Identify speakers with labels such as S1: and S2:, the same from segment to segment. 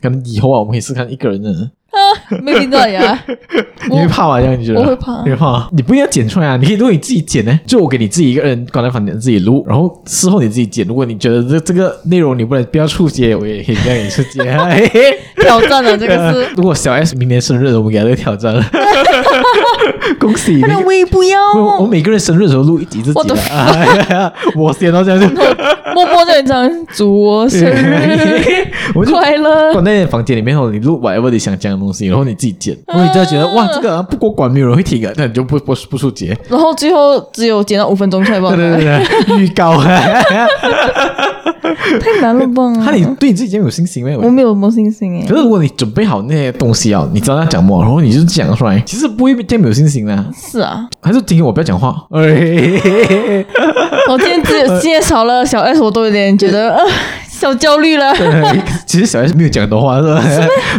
S1: 可能以后啊，我们可以试看一个人的，
S2: 没听到呀？
S1: 你会怕吗？这样你觉得？
S2: 我会怕
S1: 你会怕吗？你不一定要剪出来啊，你可以如果你自己剪呢，就我给你自己一个人关在房间自己录，然后事后你自己剪。如果你觉得这这个内容你不能不要触接，我也可以让你触 接。嘿嘿，
S2: 挑战了这个是
S1: 如果小 S 明年生日，我们给他这个挑战了，恭喜你！
S2: 但哎是我也不要，
S1: 我我
S2: 默
S1: 每个人生日的时候录一集自己
S2: What
S1: 的
S2: the
S1: 哎呀，我先到这样就，
S2: 默在你这样祝我生日
S1: 我就
S2: 快乐。
S1: 关在房间里面后，你录 whatever 你想讲的东西，然后你自己剪，然后你就觉得哇，这个好像不过关没有人会听啊，那你就不不不出节，
S2: 然后最后只有剪到五分钟出来吧
S1: 对，对对 对，预告啊，
S2: 太难了吧？
S1: 那你对你自己这样有信心没有
S2: 我？没有什么信心哎
S1: 可，是如果你准备好那些东西啊，你知道要讲什么，然后你就讲出来，其实不会这样没有信心的、
S2: 是啊，
S1: 还是今天我不要讲话，哎，
S2: 我今天只有今天少了小 S，我都有点觉得呃小焦虑了。
S1: 对， 其实小 S 没有讲很多话，是吧？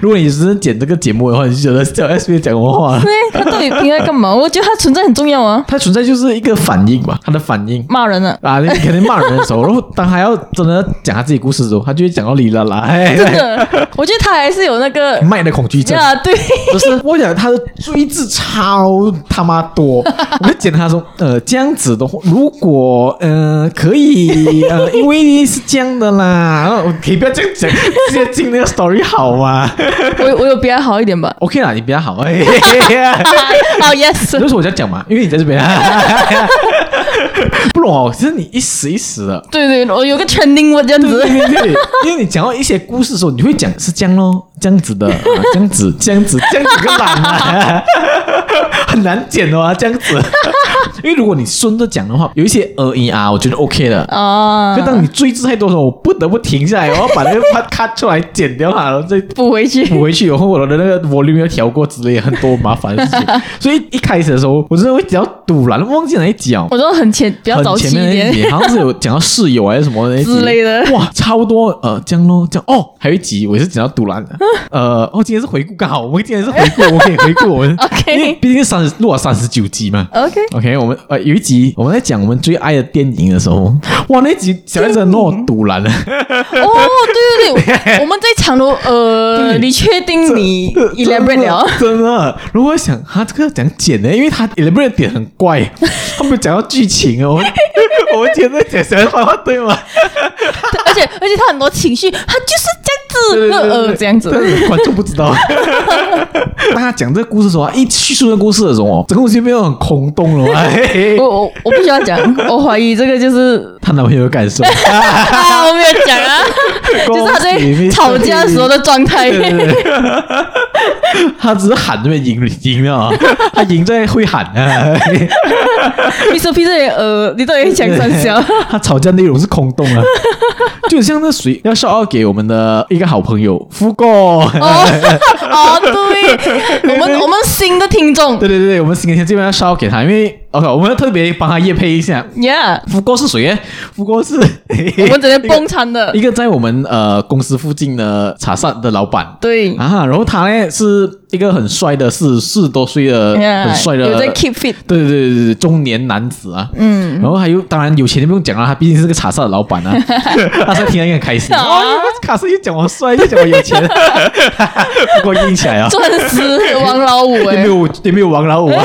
S1: 如果你只是剪这个节目的话，你就觉得小 S 没有讲过 话。
S2: 对，哎他到底应该干嘛？我觉得他存在很重要啊，
S1: 它存在就是一个反应吧，它的反应
S2: 骂人啊，
S1: 啊，你肯定骂人的时候，然后当他要真的讲他自己故事的时候，他就会讲到你了啦，哎，
S2: 真的，我觉得他还是有那 个
S1: 卖的恐惧症。
S2: 啊， 对，
S1: 不是，我讲他的追字超他妈多，我就剪他说，呃，这样子的话，如果呃可以，呃，因为是这样的啦，然后我可以不要这样讲，直接进那个 story 好吗
S2: 我我有比他好一 点吧。
S1: ？OK 啦，你比较好，哎、嘿嘿嘿
S2: 好 yes，
S1: 就是我在讲嘛，因为你在这边，啊 不懂哦。其实你一时一时的，
S2: 对对，我有个 training 我这样
S1: 对对
S2: 子，
S1: 对对， 因为你讲到一些故事的时候，你会讲是这样咯，这样子的，啊这样子， 这样子，这样子个懒啊， 很难剪的啊，这样子。 因为如果你顺着讲的话，有一些呃一啊，我觉得 OK 的。
S2: 啊
S1: 就，当你追字太多的时候，我不得不停下来，我要把那个 part cut 出来剪掉它，然后再
S2: 补回去。
S1: 补回去以后，我的那个 volume 要调过之类很多麻烦的事情，所以一开始的时候，我真的会比较堵然，忘记哪一集啊。
S2: 我都很前比较早
S1: 很
S2: 起
S1: 前
S2: 一
S1: 面那一
S2: 点，
S1: 集好像是有讲到室友还是什么那一集
S2: 之类的
S1: 哇，超多呃，这样咯，这样哦，还有一集我也是讲到堵然 的，呃，哦，今天是回顾，刚好我们今天是回顾，我可以回顾我们
S2: OK
S1: 因为毕竟三十录了三十九集嘛。
S2: OK，
S1: OK，我们呃有一集我们在讲我们最爱的电影的时 候，哇，那一集小孩子弄我堵然了，
S2: 哦，对对对，我们在场都呃，
S1: 对
S2: 你确定你 elaborate 了？
S1: 真的，真的。如果想他这个讲剪呢，因为他 elaborate 点很怪，他没有讲到剧情哦。我们 今天在讲小孩画画对吗？
S2: 而且而且他很多情绪，他就是这样子，那呃这样子，
S1: 但是观众不知 道。当他讲这个故事的时候啊，一叙述这个故事的时候哦，整个东西变得很空洞 了。哎
S2: 我我我不需要 讲，我怀疑这个就是
S1: 她男朋友的感受，
S2: 啊，我没有 讲啊，就是他在吵架时候的状态。
S1: 对对对， 他只是喊这边赢赢了啊，他赢在会喊 啊。
S2: 你说 P 这呃，你到底讲三 小？
S1: 他吵架内容是空洞啊，就很像那谁要笑傲给我们的一个好朋友福哥。
S2: 哦哦，对，我们我们新的听众
S1: 对对对，我们星期天这边要烧给他，因为 OK，我们要特别帮他夜配一下。
S2: ，Yeah，
S1: 福哥是谁呢？啊福哥是
S2: 我们整天崩惨的
S1: 一，个在我们呃公司附近的茶散的老板
S2: 对
S1: 啊，然后他呢是一个很帅的，是四十多岁的
S2: ，Yeah，
S1: 很帅的，
S2: 有在 keep fit，
S1: 对对对对对，中年男子啊，嗯，然后还有，当然有钱就不用讲了，他毕竟是个茶社的老板 啊，他现在听得应该很开心。
S2: 啊
S1: 哦，卡斯又讲我帅，又讲我有钱， 不过硬起来啊，
S2: 钻石王老五
S1: 也
S2: 哎
S1: 没，有也没有王老五啊，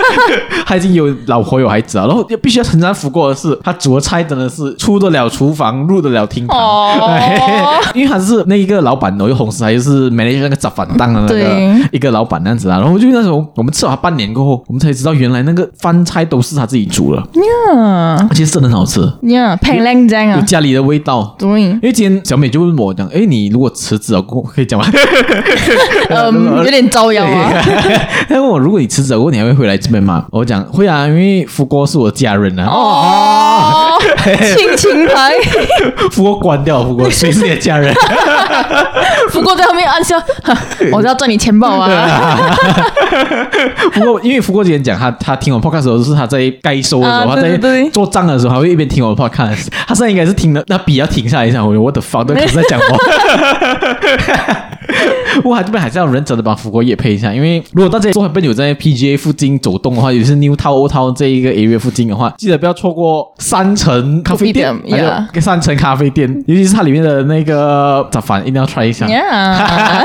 S1: 他已经有老婆有孩子啊，然后必须要承担福过的是，他煮的菜真的是出得了厨房，入得了厅堂。
S2: 哦，
S1: 因为他是那一个老板哦，又红十还就是 manage 那个杂饭档的那
S2: 对
S1: 个一个老板那样子啊啦。然后就那时候我们吃了他半年过后，我们才知道原来那个饭菜都是他自己煮的，
S2: 嗯
S1: 而且真的很好吃，
S2: ，Yeah，平靓正
S1: 有
S2: 啊，
S1: 家里的味道。
S2: 对，
S1: 因为今天小美就问我讲，哎，你如果辞职了，我可以讲吗？
S2: 嗯，有点招摇 啊，
S1: 他问我，如果你辞职了，过后你还会回来这边吗？我讲会啊，因为福哥是我家人啊。哦，
S2: 哦，亲情牌，
S1: 福哥关掉，福哥谁是你的家人？
S2: 不过在后面暗笑，哈我是要赚你钱包啊，
S1: 不过，因为福哥之前讲他，他听我 podcast 的时候是他在该收的时候，
S2: 啊
S1: 他
S2: 对对
S1: 在
S2: 对
S1: 做账的时候，还会一边听我 podcast。他现在应 该是听的，那笔要停下来一下，我我的 fuck，他在讲我。不过这边还是要认真的帮福国也配一下，因为如果大家做朋友在 PGA 附近走动的话，尤其是 New Town Old Town 这一个 area 附近的话，记得不要错过三层咖啡店，
S2: Kopitiam，yeah
S1: 还有三层咖啡店，尤其是它里面的那个早饭一定要 try 一下。
S2: 呀，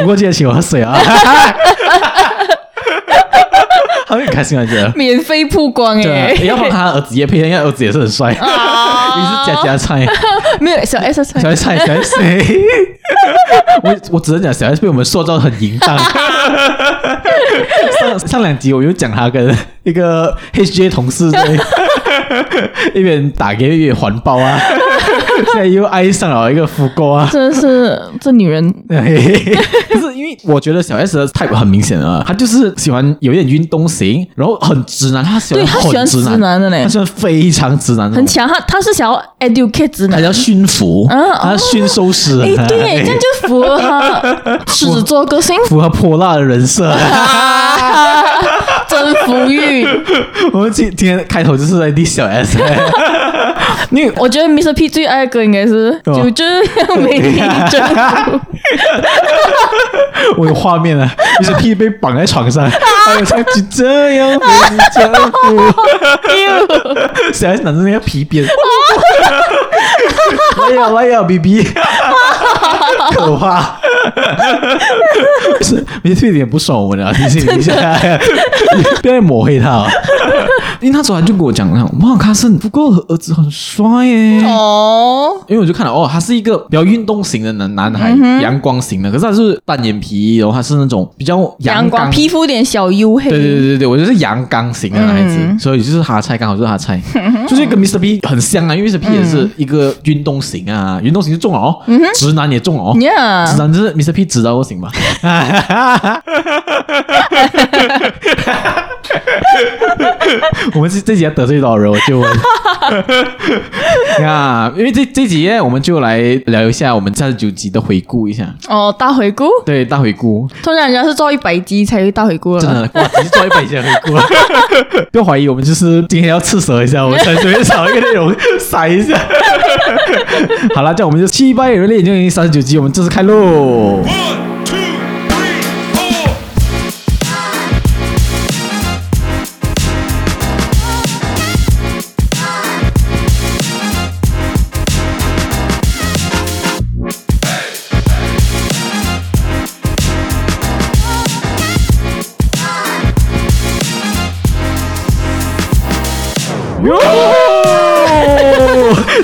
S1: 不过记得请 我喝水啊，他会很开心啊，觉得。
S2: 免费曝光哎、
S1: 对，要帮他儿子也配，因为儿子也是很帅，你
S2: 啊
S1: 是佳佳菜，
S2: 没有小 S
S1: 小
S2: S，
S1: S 菜，小 S。我我只能讲小 S 被我们塑造得很淫荡。上上两集我又讲他跟一个 HJ 同事在一边打给一边环抱啊，现在又爱上了一个福哥啊。
S2: 真的是这女 人
S1: 对，不是因为我觉得小 S 的 type 很明显啊，他就是喜欢有点运动型，然后很直男，他喜欢
S2: 对他喜
S1: 很
S2: 欢
S1: 直
S2: 直男的嘞
S1: 他喜欢非常直男的那种，
S2: 很强，她她是想要 educate 直
S1: 他
S2: 男。
S1: 叫驯服，
S2: 啊
S1: 他驯兽师，
S2: 哎，对，这样就符合她狮子座个性
S1: 符合泼辣的人 设。
S2: 啊，征服欲。
S1: 我们今今天开头就是在 diss 小 S，因为
S2: 我觉得 Mr P 最爱的歌应该是
S1: 哦
S2: 就这样为你 征服。
S1: 我有画面啊了，就是 P 被绑在床
S2: 啊
S1: 上，哎还有像就这样被你征服。小 S 拿着那个皮 鞭，来哎呀来呀，BB，可怕。是，你是有点不爽我们了，提 醒你一下，不要再抹黑他哦。因为他昨晚就跟我讲，哇，卡森不过儿子很帅耶。
S2: 哦，
S1: 因为我就看到哦，他是一个比较运动型的男男孩，阳光型的，可是他是单眼皮，然后他是那种比较阳
S2: 阳光皮肤有点小黝黑。
S1: 对对对对，我就是阳刚型的男孩子，所以就是他的菜，刚好就是他的菜，就是跟 Mr. P 很像啊，因为 Mr. P 也是一个运动型啊，运动型就中了哦，直男也中了哦。直
S2: Yeah，
S1: 男就是 Mr. P 直到不行吧？ 我们这这集要得罪多少人？我就问。 啊，因为这这集呢，我们就来聊一下我们三十九集的回顾一下。
S2: 哦，大回顾，
S1: 对，大回顾，
S2: 通常人家是做一百集才会大回顾了。
S1: 真 的，哇，只是做一百集的回顾啊了。 不要怀疑，我们就是今天要刺舌一下，我们才随便找一个内容塞一 下。好了，这样我们就七八人类研究营三十九集，我们正式开 喽。
S3: One, two, three, four.
S1: 哟，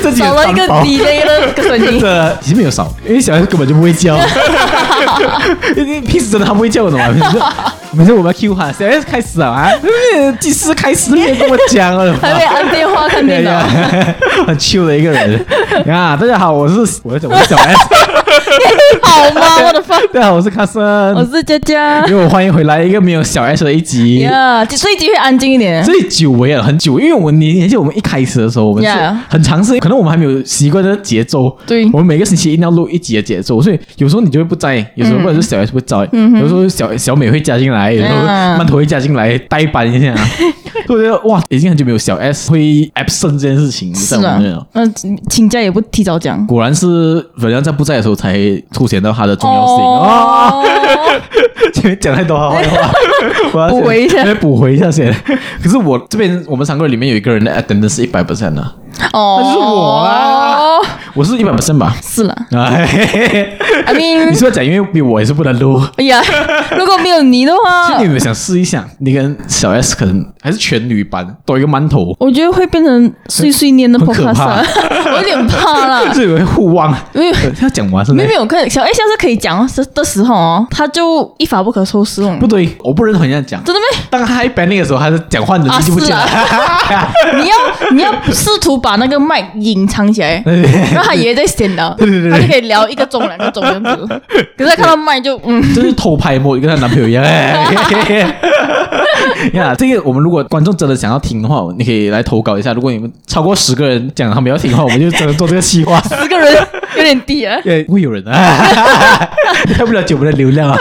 S1: 这几
S2: 少了一个
S1: 单薄
S2: delay 的个声
S1: 真
S2: 音。
S1: 的其实没有少，因为小孩子根本就不会叫， 因为平时真的他不会叫我的嘛。每次每次我们要 Q 他，小 S 开始啊，啊技师开始你也跟我讲 了嘛。
S2: 还会按电话看
S1: 对
S2: 电脑
S1: 哎呀，，很 chill 的一个人呀！大家好，我是我是我是小 S，
S2: 好吗？我的 fuck，
S1: 大家好，我是卡森，
S2: 我是佳佳。
S1: 因为我欢迎回来一个没有小 S 的一集。
S2: 呀，这一集会安静一点。
S1: 最久违了，很久，因为我们你你还记得我们一开始的时候，我们是
S2: Yeah
S1: 很尝试，可能我们还没有习惯这个节奏。
S2: 对
S1: 我们每个星期一定要录一集的节奏，所以有时候你就会不在，有
S2: 嗯
S1: 时候或者是小 S 不在，有时候小小美会加进来，有时候
S2: Yeah
S1: 曼头会加进来代班一下。 所以我觉得哇，已经很久没有小 S 会 absent 这件事情
S2: 是
S1: 在我
S2: 啊
S1: 们这了。，
S2: 那请假也不提早讲。
S1: 果然是粉亮在不在的时候才凸显到它的重要性哦。 前面讲太多好坏话，我 要先
S2: 补回
S1: 先补回
S2: 一下
S1: 一下先。可是我这边我们三个人里面有一个人的 attendance 是一百 percent 的，
S2: 哦，
S1: 那就是我啊。我是一百 percent 吧？
S2: 是啦
S1: 哎，嘿嘿嘿
S2: ，I
S1: 你
S2: mean，
S1: 是不是讲，因为比我也是不能录。
S2: 哎呀，如果没有你的
S1: 其
S2: 话
S1: 实你，们想试一下，你跟小 S 可能还是全女版，多一个馒头，
S2: 我觉得会变成碎碎念的
S1: 很可
S2: podcast，
S1: 怕
S2: 啊 我有点怕 啦。
S1: 这以为互望。
S2: 因为
S1: 呃要讲完是不
S2: 没
S1: 是
S2: 有没有，可能小 A 下次可以讲哦是的时候哦，他就一发不可收拾哦。
S1: 不对，我不认同人家讲。
S2: 真的咩？
S1: 当他 high bending 的时候，他的讲话
S2: 啊
S1: 能力就不见了。
S2: 你要你要试图把那个麦隐藏起来，
S1: 对 对
S2: 然后他爷爷在闲聊，
S1: 对对对对
S2: 他就可以聊一个钟两个钟这样子。可是他看到麦 就嗯，
S1: 真是偷拍摸，跟她男朋友一样。哎呀，这个我们如果观众真的想要听的话，你可以来投稿一下。如果你们超过十个人讲他们要听的话，我们就真的做这个计划。哎
S2: 十个人有点低啊。
S1: 也不会有人啊，太不了解我们的流量啊。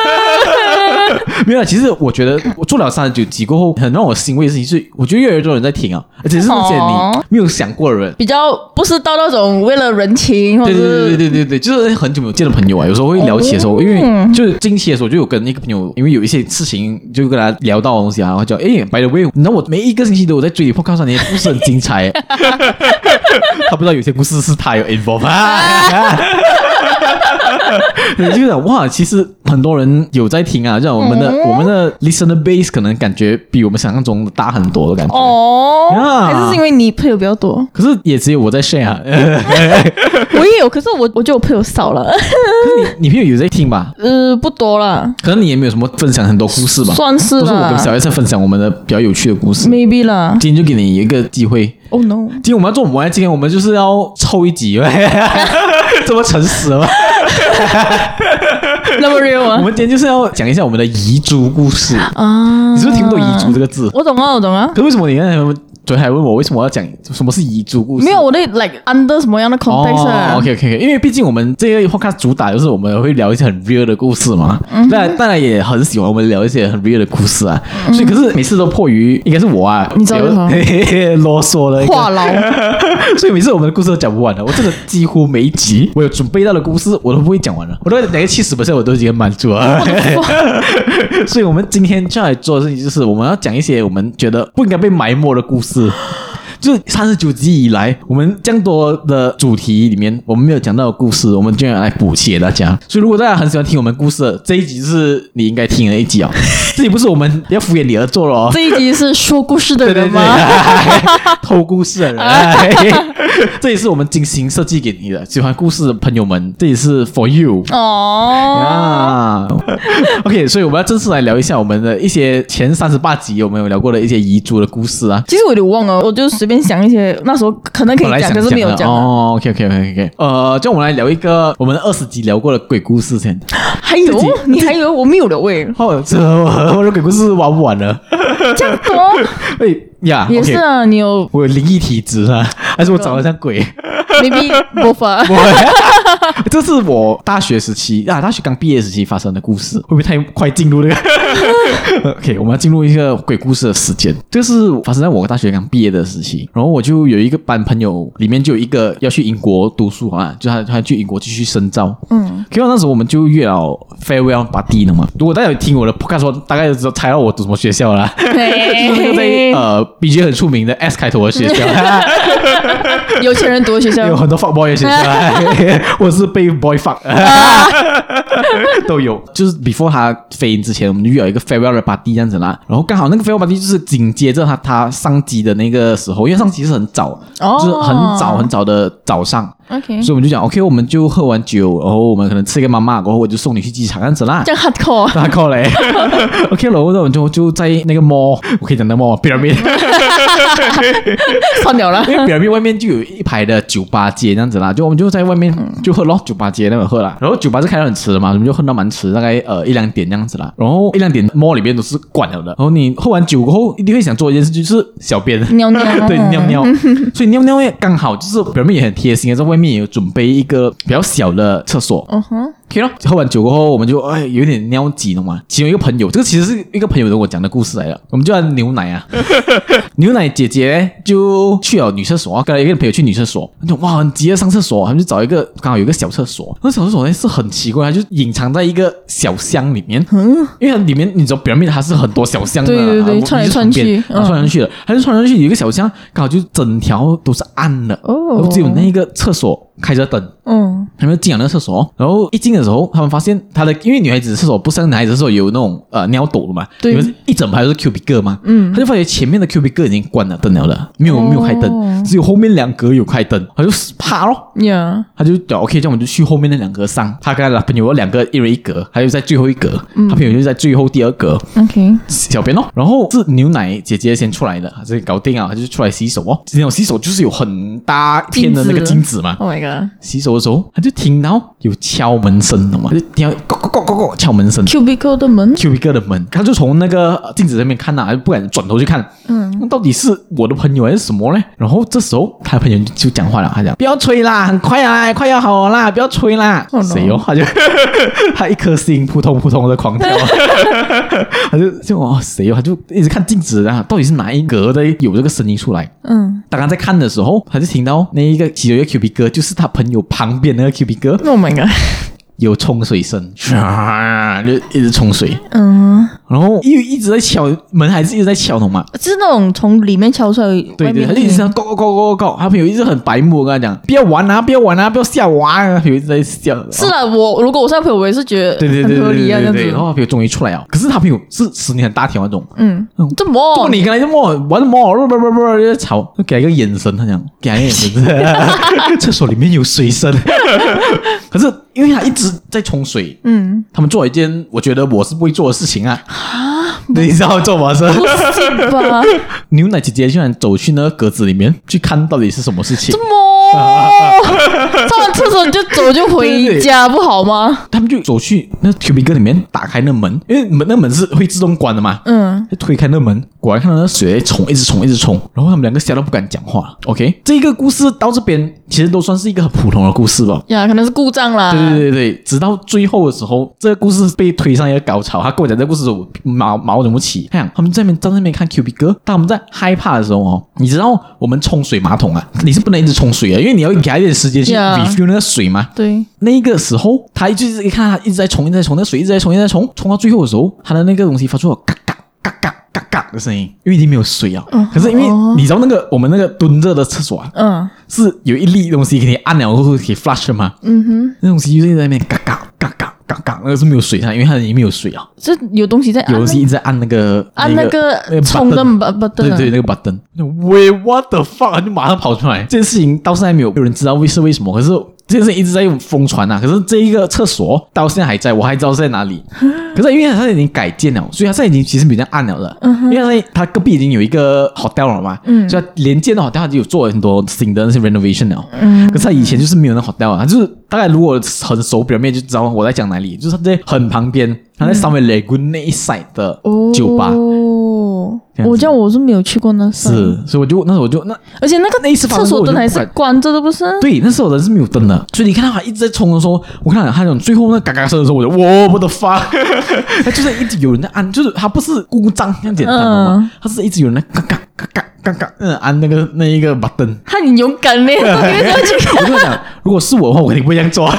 S1: 没有，其实我觉得我做了三十九集过后，很让我欣慰的事情是，我觉得越来越多人在听啊，而且是那些你
S2: 哦
S1: 没有想过的人。
S2: 比较不是到那种为了人情或者
S1: 对对对对
S2: 哦是
S1: 对对对，就是很久没有见的朋友啊，有时候会聊起的时
S2: 哦
S1: 候，因为就是近期的时候，就有跟一个朋友，因为有一些事情就跟他聊到的东西啊，然后就哎，by the way，你知道我每一个星期都有在追你 podcast，啊你的故事很精彩。 他不知道有些故事是他有 involve 啊。 对，就是哇，其实很多人有在听啊，就像我们的、
S2: 嗯
S1: 我们的 listener base 可能感觉比我们想象中的大很多的感觉。
S2: 哦
S1: 呀
S2: 还是是因为你朋友比较多，
S1: 可是也只有我在 share，、啊 呃、
S2: 我也有，可是我我觉得我朋友少了，
S1: 可是你你朋友有在听吧？
S2: 呃，不多了，
S1: 可能你也没有什么分享很多故事吧？
S2: 算是
S1: 都是我
S2: 吧
S1: 跟小叶在分享我们的比较有趣的故事。
S2: ，maybe 啦。
S1: 今天就给你一个机会，
S2: Oh no！
S1: 今天我们要做母爱，今天我们就是要抽一集， 这么诚实 吗？
S2: 那么 real
S1: 我
S2: 啊
S1: 们今天就是要讲一下我们的遗珠故事。
S2: 啊！
S1: 你是不是听不懂遗珠这个字？
S2: 我懂啊，我懂啊。
S1: 可为什么你刚才昨天还问我为什么要讲什么是遗珠故事？
S2: 没有我的 like under 什么样的 context 啊
S1: 哦、？OK OK，因为毕竟我们这个 podcast 主打就是我们会聊一些很 real 的故事嘛，
S2: 嗯
S1: 那、当然也很喜欢我们聊一些很 real 的故事啊，所以可是每次都迫于应该是我啊，
S2: 嗯你找
S1: 比较
S2: 我
S1: 啰嗦了一
S2: 话
S1: 个，
S2: 痨，
S1: 所以每次我们的故事都讲不完的，我真的几乎每一集我有准备到的故事我都不会讲完了，我都讲个七十本身我都已经很满足了， 所以我们今天就要来做的事情就是我们要讲一些我们觉得不应该被埋没的故事。就是三十九集以来，我们这样多的主题里面，我们没有讲到的故事，我们就要来补齐给大家。所以，如果大家很喜欢听我们故事的，这一集是你应该听的一集哦。这里不是我们要敷衍你而做了哦，
S2: 这一集是说故事的
S1: 对对
S2: 人
S1: 对，
S2: 吗？
S1: 哎偷故事的人，哎这也是我们精心设计给你的。喜欢故事的朋友们，这也是 for you。
S2: 哦，
S1: 啊，OK，所以我们要正式来聊一下我们的一些前三十八集我们有聊过的一些遗珠的故事啊。
S2: 其实我有点忘了，我就随便想一些，那时候可能可
S1: 本来
S2: 以
S1: 想
S2: 讲，可是没有
S1: 的
S2: 讲啊。
S1: 哦，OK OK OK OK，呃，就我们来聊一个我们二十集聊过的鬼故事先。
S2: 还有
S1: 自己，
S2: 你还有，我没有 了喂，
S1: 哦，这我的鬼故事玩不完了？
S2: 这样多
S1: 哎呀，
S2: 哦也是
S1: OK，
S2: 啊，你有
S1: 我有灵异体质啊，还是我长得像鬼？
S2: maybe 啊魔法
S1: 我这是我大学时期啊，大学刚毕业时期发生的故事，会不会太快进入那个 ？OK，我们要进入一个鬼故事的时间。这是发生在我大学刚毕业的时期，然后我就有一个班朋友，里面就有一个要去英国读书啊，就他他去英国继续深造。嗯，结果那时候我们就约了 farewell party 了嘛。如果大家有听我的 podcast，说大概就知道猜到我读什么学校了啦， 就是那个在呃 BJ 很出名的 S 开头的学校。
S2: 有钱人读的学校
S1: 有很多 fuck boy 的学生， 我是被 boy fuck，都有。就是 before 他飞之前，我们就约了一个 farewell 的 party 这样子啦。然后刚好那个 farewell party 就是紧接着他他上机的那个时候，因为上机是很早，
S2: 哦
S1: 就是很早很早的早上。
S2: ，OK，
S1: 所以我们就讲，OK，我们就喝完酒，然后我们可能吃一个妈妈，然后我就送你去机场这样子啦。
S2: 这样 hardcore
S1: 大靠 嘞 ，OK 了，然后我们就就在那个 mall，我可以讲那 mall 表面。
S2: 算了啦。
S1: 因为表面外面就有一排的酒吧街这样子啦，就我们就在外面就喝咯，酒吧街那边喝啦。然后酒吧是开到很迟的嘛，我们就喝到蛮迟，大概呃一两点这样子啦。然后一两点 mall 里面都是关了的。然后你喝完酒过后，一定会想做一件事，就是小便。
S2: 尿尿
S1: 对，尿 尿，所以尿尿也刚好就是表面也很贴心啊，在外面也有准备一个比较小的厕所，
S2: 嗯哼，
S1: OK 咯，喝完酒过后，我们就哎有点尿急了嘛。其中一个朋友，这个其实是一个朋友跟我讲的故事来的。我们就按牛奶 啊，牛奶姐姐就去了女厕所，跟了一个朋友去女厕所，她就哇很急着上厕所，他们就找一个刚好有一个小厕所。那小厕所呢是很奇怪，它就隐藏在一个小箱里面，因为它里面你知道表面它是很多小箱的，
S2: 嗯对对对
S1: 啊我
S2: 串来
S1: 你就
S2: 串
S1: 旁边
S2: 去
S1: 啊串
S2: 嗯
S1: 来串去的，它就串来串去有一个小箱，刚好就整条都是暗的，
S2: 哦
S1: 然后只有那一个厕所开着灯。
S2: 嗯，
S1: 他们进了那个厕所，然后一进的时候，他们发现他的，因为女孩子厕所不像男孩子厕所有那种呃尿斗的嘛，
S2: 对
S1: 你们一整排都是 cubicle 嘛，
S2: 嗯
S1: 他就发觉前面的 cubicle 已经关了灯了的，没有、没有开
S2: 哦
S1: 灯，只有后面两格有开灯，他就怕咯。
S2: 呀，
S1: 他就讲 OK，这样我们就去后面那两格上。他跟他男朋友两个一人一格，他就在最后一格，
S2: 嗯
S1: 他朋友就在最后第二格。
S2: OK，
S1: 小便咯，然后是牛奶姐姐先出来的，这搞定啊，她就出来洗手哦。那种洗手就是有很大片的那个
S2: 镜
S1: 镜
S2: 子
S1: 子嘛，
S2: ，Oh my god，
S1: 洗手的时候，他就听到有敲门声，懂吗？他就听到咕咕咕咕咕咕敲门声。
S2: cubicle 的门
S1: Q 一个的门，他就从那个镜子那边看呐、不敢转头去看。嗯，那到底是我的朋友还是什么呢？然后这时候他的朋友就讲话了，他讲不要吹啦，很快啊，快要好了啦，不要吹啦。
S2: Oh no
S1: 谁哦？他就 他一颗心扑通扑通的狂跳， 他就就哦谁哦？他就一直看镜子啊，到底是哪一格的有这个声音出来？
S2: 嗯
S1: 当他在看的时候，他就听到那一个其中一个 Q B 哥，就是他朋友旁边那个 Q B 哥
S2: ，Oh my god，
S1: 有冲水声，唰就一直冲水。
S2: 嗯，
S1: 然后一一直在敲门，还是一直在敲懂吗？
S2: 就是那种从里面敲出来，
S1: 对对，
S2: 外面
S1: 他就一直这样告告告告告，他朋友一直很白目，我跟他讲不要玩啊，不要玩啊，不要吓我啊，他朋友一直在笑。
S2: 是啊，我如果我是他朋友，我也是觉得
S1: 对对对
S2: 很合
S1: 对
S2: 理啊，
S1: 对
S2: 这样
S1: 对，然
S2: 子。
S1: 后他朋友终于出来了，可是他朋友是十年很大条那种，
S2: 嗯，这
S1: 不
S2: 么
S1: 过你刚才就摸玩摸，不不不不，就在吵，就给他一个眼神，他讲给他一个眼神，厕所里面有水声，可是因为他一直在冲水，
S2: 嗯，
S1: 他们做了一件我觉得我是不会做的事情啊，你知道做什么事？
S2: 不是吧？
S1: 牛奶姐姐居然走去那个格子里面去看到底是什么事情
S2: 这，么上完厕所你就走就回家不 好吗？
S1: 他们就走去那 Q B 哥里面打开那门，因为门那门是会自动关的嘛。
S2: 嗯，
S1: 推开那门，果然看到那水在冲，一直冲，一直冲，然后他们两个吓到不敢讲话。OK，这个故事到这边其实都算是一个很普通的故事吧。
S2: 呀，可能是故障啦。
S1: 对对对对，直到最后的时候，这个故事被推上一个高潮。他跟我讲这个故事的时候，我毛毛怎么起？他讲他们在那边站在那边看 Q B 哥，当我们在害怕的时候哦，你知道我们冲水马桶啊，你是不能一直冲水啊，因为你要给他一点时间去
S2: Yeah
S1: refill 那个水嘛。
S2: 对
S1: 那个时候，他一直一看，他一直在冲，一直在冲，那水一直在冲，一直在冲，冲到最后的时候，他的那个东西发出了嘎嘎嘎嘎嘎嘎的声音，因为已经没有水啊。可是因为你知道那个我们那个蹲着的厕所啊，
S2: 嗯
S1: 是有一粒东西给你按了过后可以 flush 的嘛，
S2: 嗯哼，
S1: 那东西就一直在那边嘎嘎嘎嘎嘎嘎，那个是没有水上，因为它里面没有水啊，
S2: 这有东西在按
S1: 有
S2: 吗
S1: 东西一直在按那个
S2: 按那个啊
S1: 那个
S2: 冲的
S1: button
S2: 不不
S1: 对对，那个 button。喂，what the fuck！就马上跑出来。这件事情到现在没有没有人知道为是为什么，可是这件事情一直在用疯传啊。可是这一个厕所到现在还在，我还知道是在哪 里。可是因为它已经改建了，所以它现在已经其实比较暗了的。因为它现在它隔壁已经有一个 hotel 了嘛，
S2: 嗯
S1: 所以它连建的 hotel 它就有做了很多新的那些 renovation 了。嗯，可是它以前就是没有那 hotel 啊，它就是大概如果很熟表面就知道我在讲哪里，就是它在很旁边，它在稍微 lagoon 那一 side 的
S2: 哦
S1: 酒吧。
S2: 哦
S1: 这样，子
S2: 我叫我是没有去过那
S1: 是，所以我就那时候我就那
S2: 而且那个
S1: 那一次发生过
S2: 厕所
S1: 我就
S2: 灯还
S1: 不
S2: 是
S1: 敢
S2: 关着的，不是？
S1: 对，那时候人是没有灯的，所以你看到他一直在冲的时候，我看到他那种最后那嘎嘎声的时候，我就我我的发， 他就是一直有人在按，就是他不是故障这样简单的嘛
S2: 嗯，
S1: 他是一直有人在嘎嘎嘎嘎嘎嘎，嗯，按那个那一个 button。
S2: 看哦你勇敢 嘞，
S1: 我就想，如果是我的话，我肯定不会这样做。
S2: 哦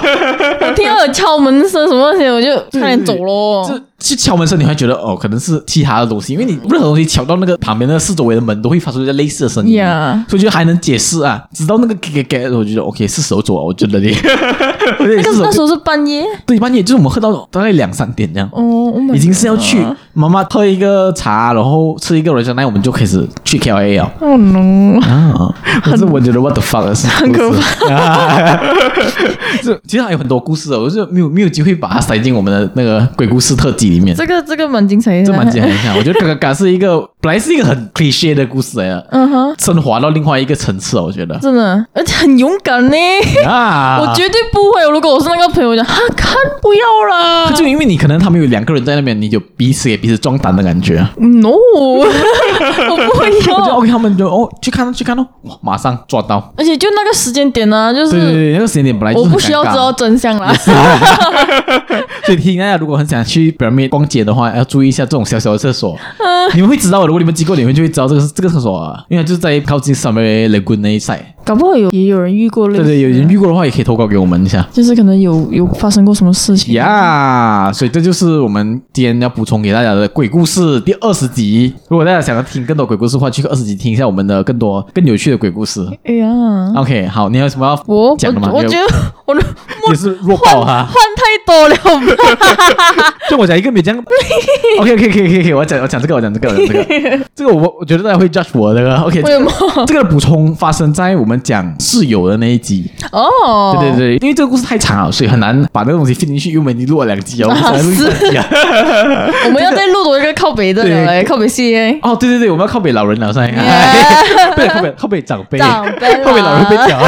S2: 我听到有敲门声什么东西，我就差点走咯。
S1: 就去敲门声，你会觉得哦，可能是其他的东西，因为你任何东西敲到那个旁边那个四周围的门，都会发出一些类似的声音
S2: Yeah
S1: 所以就还能解释啊。直到那个给给给，我就觉得 OK 是时候走了，我觉得你， 我觉得
S2: 那个
S1: 是时候
S2: 那时候是半夜，
S1: 对，半夜就是我们喝到大概两三点这样，
S2: 哦，Oh my God，
S1: 已经是要去妈妈喝一个茶，然后吃一个人家奶，我们就开始去 K L A 了。
S2: ，Oh no，
S1: 啊，可是我觉得 what the fuck 是很
S2: 可
S1: 怕。 这其实还有很多故事哦，我就没有没有机会把它塞进我们的那个鬼故事特辑里面。
S2: 这个这个蛮精彩的，
S1: 这蛮简单一下，我觉得嘎嘎嘎是一个本来是一个很 cliche 的故事来的，
S2: 嗯哼，
S1: 升华到另外一个层次哦，我觉得
S2: 真的，而且很勇敢呢。
S1: 啊，
S2: 我绝对不会，如果我是那个朋友，我讲哈看不要啦
S1: 得啊就因为你可能他们有两个人在那边，你就彼此给彼此壮胆的感觉。
S2: ，no，我不 会
S1: 我觉得
S2: 要。
S1: OK，他们就哦去看哦去看哦，哇，马上抓到。
S2: 而且就那个时间点呢、就
S1: 对对
S2: 是
S1: 对，那个时间点本来就
S2: 嗯我
S1: 是很
S2: 不需要
S1: 尴尬
S2: 知道。真相啦。
S1: 所以听大家如果很想去表面逛街的话，要注意一下这种小小的厕所，
S2: 嗯
S1: 你们会知道的。如果你们经过，你们就会知道这个是这个厕所啊，因为它就是在靠近 Summer Lagoon 那一带。
S2: 搞不好有也有人遇过类
S1: 对
S2: 似，
S1: 对，有人遇过的话也可以投稿给我们一下。
S2: 就是可能有有发生过什么事情。
S1: 呀所以这就是我们今天要补充给大家的鬼故事第二十集。如果大家想要听更多鬼故事的话，去二十集听一下我们的更多更有趣的鬼故事。
S2: 哎呀，
S1: OK，好，你还有什么要
S2: 我我
S1: 讲的吗？
S2: 我
S1: 有
S2: 觉得 我的
S1: 也是弱爆啊
S2: 换
S1: 哈
S2: 换。太多了，
S1: 就我讲一个没有讲。OK OK OK OK OK，我讲我讲这个， 我讲这个，我讲这个，这个我我觉得大家会 judge 我的。OK，
S2: 为什么？
S1: 这个补充发生在我们们讲室友的那一集。
S2: 哦，
S1: 对对对，因为这个故事太长了，所以很难把那个东西 fit 进去，因为我们已经录了两集 了，我们才录一集啊。
S2: 对，我们要再录多一个靠北的
S1: 对
S2: 了，哎靠北系列。
S1: 哦，对对对，我们要靠北老人了，上一个，
S2: Yeah
S1: 不是靠北靠北长 辈，
S2: 长辈啦
S1: 靠北老人被屌。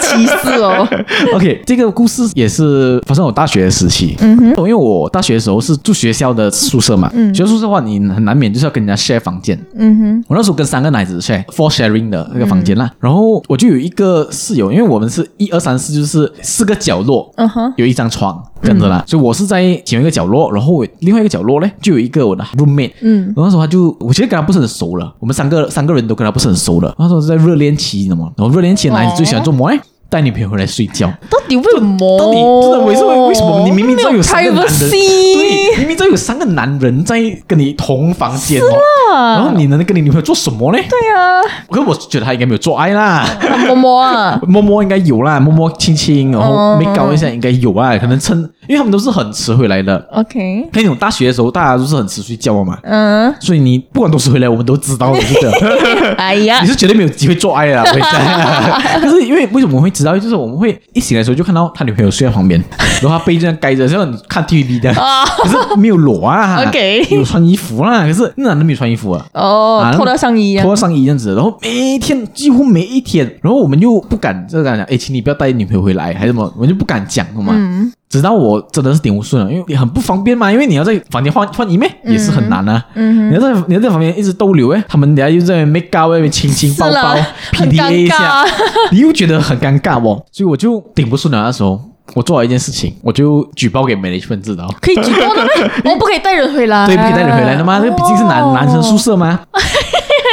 S2: 歧视哦，
S1: OK，这个故事也是发生我大学的时期。嗯哼，因为我大学的时候是住学校的宿舍嘛，嗯，学校宿舍的话，你很难免就是要跟人家 share 房间。
S2: 嗯哼，
S1: 我那时候跟三个男子 share four sharing 的那个房间啦，
S2: 嗯
S1: 然后我就有一个室友，因为我们是一二三四，就是四个角落，
S2: 嗯哼嗯
S1: 有一张床跟着啦，所以我是在前面一个角落，然后我另外一个角落呢就有一个我的 roommate，
S2: 嗯
S1: 然后那时候他就我其实跟他不是很熟了，我们三个三个人都跟他不是很熟了，那时候是在热恋期，你知道吗？然后热恋期的男
S2: 哦
S1: 子最喜欢做什么呢？哎带女朋友回来睡觉。
S2: 到底为什么？
S1: 到底真的为什么？为什么你明明知道有三个男人，对，
S2: privacy？
S1: 明明知道有三个男人在跟你同房间哦，然
S2: 啊
S1: 后你能跟你女朋友做什么呢？
S2: 对啊，
S1: 可是我觉得他应该没有做爱啦，
S2: 他摸摸啊，
S1: 摸摸应该有啦，摸摸亲亲，然后
S2: 嗯
S1: 没搞一下应该有啊，可能趁，因为他们都是很迟回来的。
S2: OK，
S1: 那种大学的时候，大家都是很迟睡觉的嘛，
S2: 嗯，
S1: 所以你不管多迟回来，我们都知道，我觉 得。
S2: 哎呀
S1: 你，是绝对没有机会做爱的啦，我跟你 讲。可是因为为什么我会知道？就是我们会一醒来的时候就看到他女朋友睡在 旁边，然后他背这样盖着，像你看 TVB 的，
S2: 啊
S1: 可是没有裸啊
S2: OK
S1: 有穿衣服啦，可是那男的没有穿衣服啊。
S2: 哦
S1: 啊，
S2: 脱掉上衣啊
S1: 脱，掉上衣这样子，然后每一天几乎每一天，然后我们又不敢这样讲，哎，请你不要带女朋友回来，还是什么，我们就不敢讲了嘛。
S2: 嗯
S1: 直到我真的是顶不顺了，因为也很不方便嘛，因为你要在房间换换衣咩，也是很难啊。
S2: 嗯
S1: 你要在你要在房间一直逗留哎，他们等下又在那边 make out 在那边亲亲
S2: 是
S1: 抱抱
S2: 啦 很尴
S1: PDA 一下
S2: 尬，
S1: 你又觉得很尴尬哦，所以我就顶不顺了那时候。我做了一件事情，我就举报给 management 知道，
S2: 可以举报 的咩？我哦不可以带人回来，
S1: 对，不可以带人回来的嘛，这个毕竟是男、
S2: 哦
S1: 男生宿舍嘛。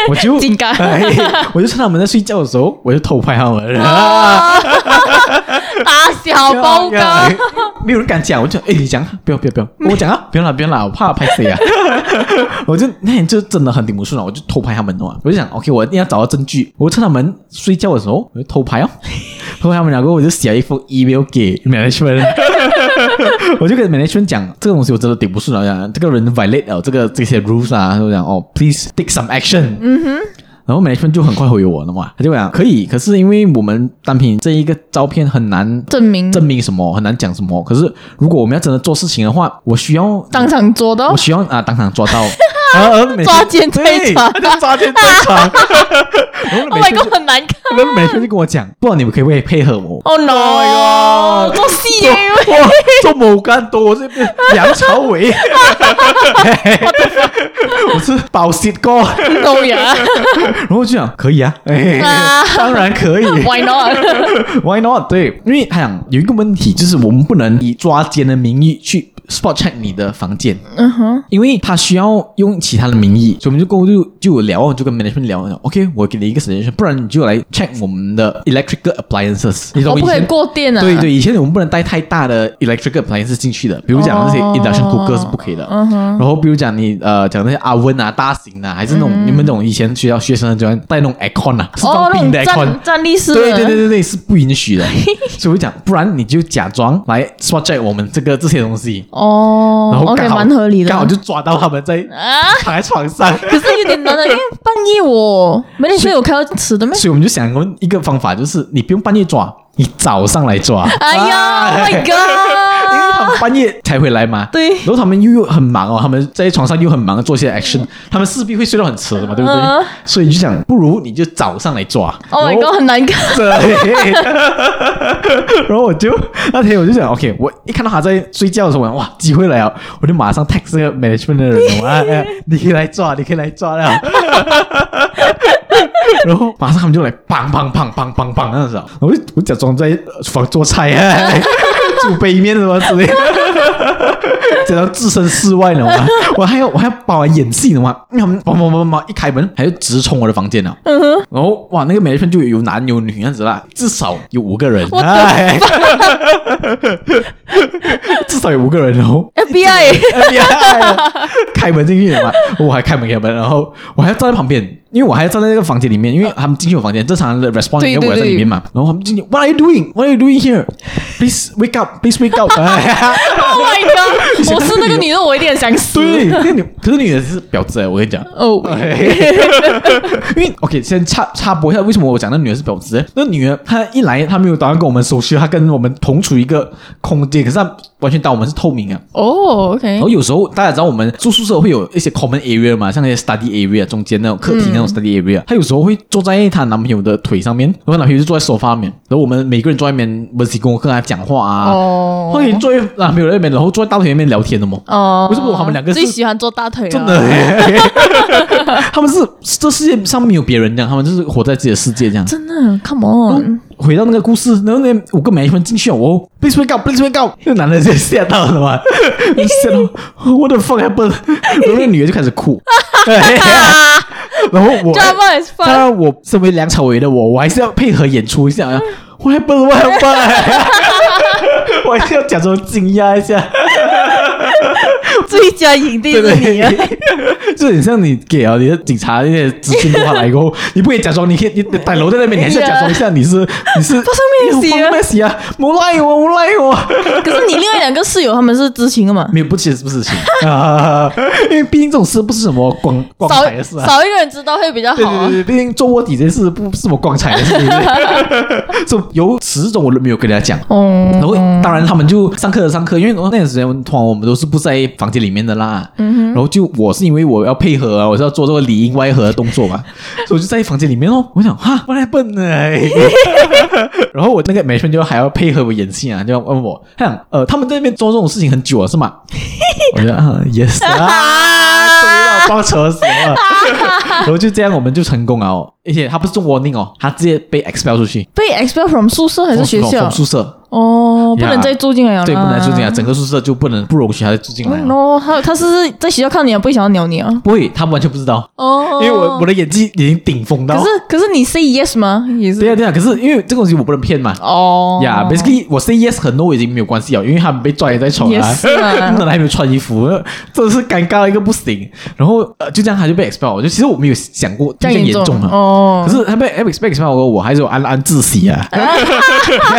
S1: 我就
S2: 金刚
S1: 哎我就趁他们在睡觉的时候，我就偷拍他们。
S2: 啊，打小报告，
S1: 哎没有人敢讲，我就哎、你讲啊，不要不要不要，我讲啊，不要啦不要啦，我怕我拍谁啊？ 我就那天就真的很顶不顺了，我就偷拍他们的嘛，我就想 OK，我一定要找到证据，我趁他们睡觉的时候，我就偷拍 哦，偷拍他们两个，我就写了一封 email 给 management，我就跟 management 讲这个东西我真的顶不顺了，讲这个人 violate 了这个这些 rules 啊，我讲哦，please take some action，然后 management 就很快回我了嘛，他就讲可以，可是因为我们单凭这一个照片很难
S2: 证明
S1: 证明什么，很难讲什么。可是如果我们要真的做事情的话，我需要
S2: 当场做哦到
S1: 我，希望啊，当场抓到，然后然后每次
S2: 抓奸在
S1: 对
S2: 床
S1: 他就抓奸在床。然后
S2: Oh
S1: 每
S2: my
S1: 次
S2: god，很难看
S1: 然后每次就跟我讲，不然你们可不可以配合我？
S2: ，Oh no，
S1: god
S2: 做戏
S1: 做
S2: 耶，
S1: 哇，做某干多这边梁朝伟，我是宝石哥。
S2: 都呀
S1: 然后我就想可以啊，哎
S2: 啊，
S1: 当然可以
S2: ，Why not？
S1: ，Why not？对，因为他想有一个问题，就是我们不能以抓奸的名义去 spot check 你的房间，嗯哼，因为他需要用其他的名义，所以我们就过后就就有聊，我就跟 management 聊，OK，我给你一个 suggestion，不然你就来 check 我们的 electrical appliances，你
S2: 我
S1: 懂
S2: 不
S1: 以
S2: 可以
S1: 前。
S2: 过电啊，
S1: 对对，以前我们不能带太大的 electric appliances 进去的，比如讲那些
S2: 哦嗯
S1: induction cooker 是不可以的。然后比如讲你呃讲那些 oven 啊、大型啊，还是那种、你们那种以前学校学生喜欢带那种 aircon 啊，是
S2: 嗯哦
S1: 装，
S2: 那
S1: 冰
S2: 种
S1: 的 aircon，、
S2: 站站立式的，
S1: 对对对对对，是不允 许的。所以我讲，不然你就假装来 spot check 我们这个这些东西，然
S2: 哦
S1: 后
S2: ，OK，
S1: 刚好
S2: 蛮合理的，
S1: 刚好就抓到他们在
S2: 啊，
S1: 躺在床上。
S2: 可是有点难啊 的，因为哎半夜我没点睡，我开到迟的咩？
S1: 所以我们就想过一个方法，就是你不用半夜抓，你早上来抓。
S2: 哎呀，Oh
S1: 哎
S2: my
S1: 因为他
S2: god！
S1: 们半夜才回来嘛，
S2: 对
S1: 然后他们又又很忙哦，他们在床上又很忙，做一些 action，他们势必会睡到很迟的嘛，对不对？
S2: 嗯
S1: 所以你就想，不如你就早上来抓。
S2: Oh my
S1: 然后
S2: god，很 难看。
S1: 对，然后我就那天我就想，OK，我一看到他在睡觉的时候，我想哇，机会来了，我就马上 text 这个 management 的人，我哎哎，你可以来抓，你可以来抓了。啊 然后马上他们就来砰砰砰砰砰砰那样子啊，我就我假装在呃厨房做菜啊， 煮杯面什么之类的。只能置身事外呢 嘛，我还要我还要把我演戏呢嘛，因为他们砰砰砰砰砰一开门，他就直冲我的房间了。
S2: 嗯
S1: 然后哇，那个 management 就有男有女这样子啦，至少有五个人，哎， 至少有五个人，然后
S2: FBI，
S1: 哎呀开门进去了嘛，我还开门开门，然后我还要站在旁边。因为我还要站在那个房间里面，因为他们进去我房间，正常的 response
S2: 对
S1: 应该我
S2: 对
S1: 在里面嘛。然后他们进去，What are you doing? What are you doing here? Please wake up! Please wake up! 哎呀
S2: Oh my god！我是那个女的，我一定很想死。
S1: 对， 哎那个女，可是女的是婊子哎，我跟你讲，
S2: 哦，
S1: 因为 OK，先插插播一下，为什么我讲那女的是婊子？欸那女的她一来，她没有打算跟我们熟悉，她跟我们同处一个空间，可是她完全当我们是透明啊。
S2: 哦，OK，
S1: 然后有时候大家知道我们住宿舍会有一些 common area 嘛，像那些 study area 中间那种客厅那种 study area，、她有时候会坐在她男朋友的腿上面，然后男朋友就坐在沙发面，然后我们每个人坐在那边温习功课啊、讲话啊，
S2: 哦
S1: 或者坐在男朋友那边，然后坐在大腿那边聊天的嘛。
S2: 哦，
S1: 为什么他们两个是
S2: 最喜欢做大腿啊了？
S1: 真的耶，他们是这世界上没有别人这样，他们就是活在自己的世界这样。
S2: 真的，Come on！
S1: 回到那个故事，然后那五个美分进去了，我 please wake up，please wake up，那男的就吓到了嘛，吓到我的 fuck happened，然后那女的就开始哭，对然后我
S2: Drama is
S1: 当
S2: fun。
S1: 然我身为梁朝伟的我，我还是要配合演出一下啊，what happened，what happened，我还是要假装惊讶一下。
S2: 最佳影帝是你啊！
S1: 对，就很像你给啊，你的警察那些资讯电话来 过后，你不可以假装，你可以你歹楼在那边，你还是要假装一下你是 你是发
S2: 生咩事啊
S1: 发生咩事啊？冇赖我，冇赖我，
S2: 可是你另外两个室友他们是知情的嘛？
S1: 没有不是不是情 啊，因为毕竟这种事不是什么光光
S2: 少
S1: 彩的事啊。
S2: 少一个人知道会比较
S1: 对
S2: 好
S1: 对
S2: 啊。
S1: 对，对毕竟做卧底这事不不是什么光彩的事， 情，就有始至终我都没有跟大家讲。然
S2: 哦，
S1: 后当然他们就上课的上课，因为那段时间通常我们都是不在房间里面的啦。
S2: 嗯
S1: 然后就我是因为我要配合啊，我是要做这个里应外合的动作 嘛，所以我就在房间里面哦。我想哈，我来笨呢。哎然后我那个美顺就还要配合我演戏啊，就问我，他想呃，他们在那边做这种事情很久了是 吗？我就啊，yes 啊，终于让我报仇死 了。然后就这样我们就成功了哦，而且他不是中 warning 哦，他直接被 expel 出去，
S2: 被 expel from 宿舍还是学
S1: 从
S2: 校
S1: 从？宿舍。
S2: 哦，不
S1: 呀
S2: 能再住进来了啦。
S1: 对，不能住进来，整个宿舍就不能不容许他住进来了。
S2: 哦，他他是在学校看你啊，不会想要鸟你啊？
S1: 不会，他们完全不知道，
S2: 哦，
S1: 因为我我的演技已经顶峰到
S2: 可。是可是你 say yes 吗？也
S1: 对
S2: 是
S1: 啊对啊，可是因为这个东西我不能骗嘛。
S2: 哦
S1: 呀、b a s i c a l l y 我 say yes 和 no 已经没有关系了，啊因为他们被抓也在床
S2: 也
S1: 啊，
S2: 是啊
S1: 那还没有穿衣服，真的是尴尬到一个不行。然后呃，就这样他就被 expel，我就其实我没有想过这
S2: 这样
S1: 样
S2: 严
S1: 严
S2: 重
S1: 重啊。
S2: 哦呃
S1: 可是他被 expel expel 我，我还是有暗暗自喜啊，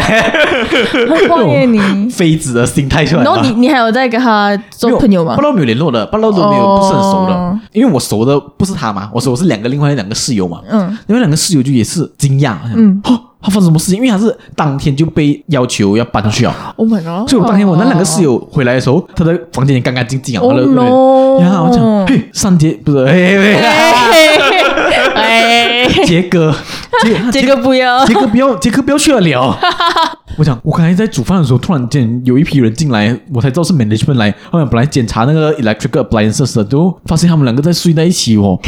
S2: 很抱怨你。
S1: 妃子的心态出来
S2: 然
S1: 了。
S2: 后你你还有在跟他做朋友吗
S1: 不知？道有没有联络的，不知道有没有
S2: 哦
S1: 不是很熟的，因为我熟的不是他嘛，我熟的是两个另外两个室友嘛，
S2: 嗯，
S1: 另外两个室友就也是惊讶，
S2: 嗯
S1: 哦，他发生什么事情？因为他是当天就被要求要搬出去了，
S2: ，Oh my god！
S1: 所以我当天我那两个室
S2: 友，
S1: 友回来的时候，他的房间也干干净净啊，
S2: Oh
S1: 他的
S2: no
S1: 然后我讲，嘿，上杰不是，嘿嘿嘿，
S2: 哎，
S1: 杰哥，杰啊
S2: 这个不要
S1: 杰，哥不要，杰哥不要去了了。我讲，我刚才在煮饭的时候，突然间有一批人进来，我才知道是 management 来。后来本来检查那个 electrical appliances 的，都发现他们两个在睡在一起哦。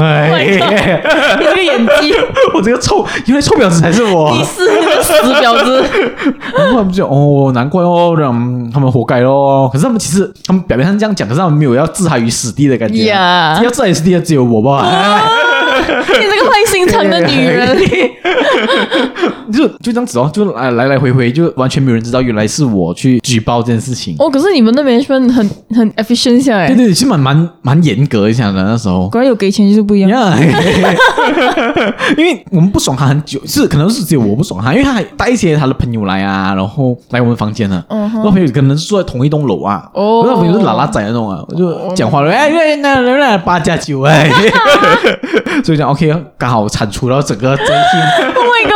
S1: 哎
S2: 你这个演技，
S1: 我这个臭，原来臭婊子才是我。
S2: 你是那个死婊子。
S1: 然后他们就哦，难怪哦，这样嗯他们活该咯。可是他们其实，他们表面上这样讲，可是他们没有要置他于死地的感觉啊。
S2: 呀
S1: 要置他于死地的只有我吧。
S2: 你这个坏心肠的女人，
S1: 就就这样子哦，就来来来回回，就完全没有人知道原来是我去举报这件事情。
S2: 哦，可是你们的 management 很很 efficient 下
S1: 对
S2: 来，
S1: 对，对，是蛮蛮蛮严格一下的那时候。
S2: 果然有给钱就是不一样。
S1: Yeah，因为我们不爽他很久，是可能是只有我不爽他，因为他还带一些他的朋友来啊，然后来我们房间了。
S2: 嗯哼
S1: 那朋友可能是住在同一栋楼啊，
S2: 哦
S1: 我那朋友是喇喇仔那种啊，我就讲话了，哎，那那那那八加九哎，所以讲 OK，刚好铲除了整个真心。
S2: Oh my god！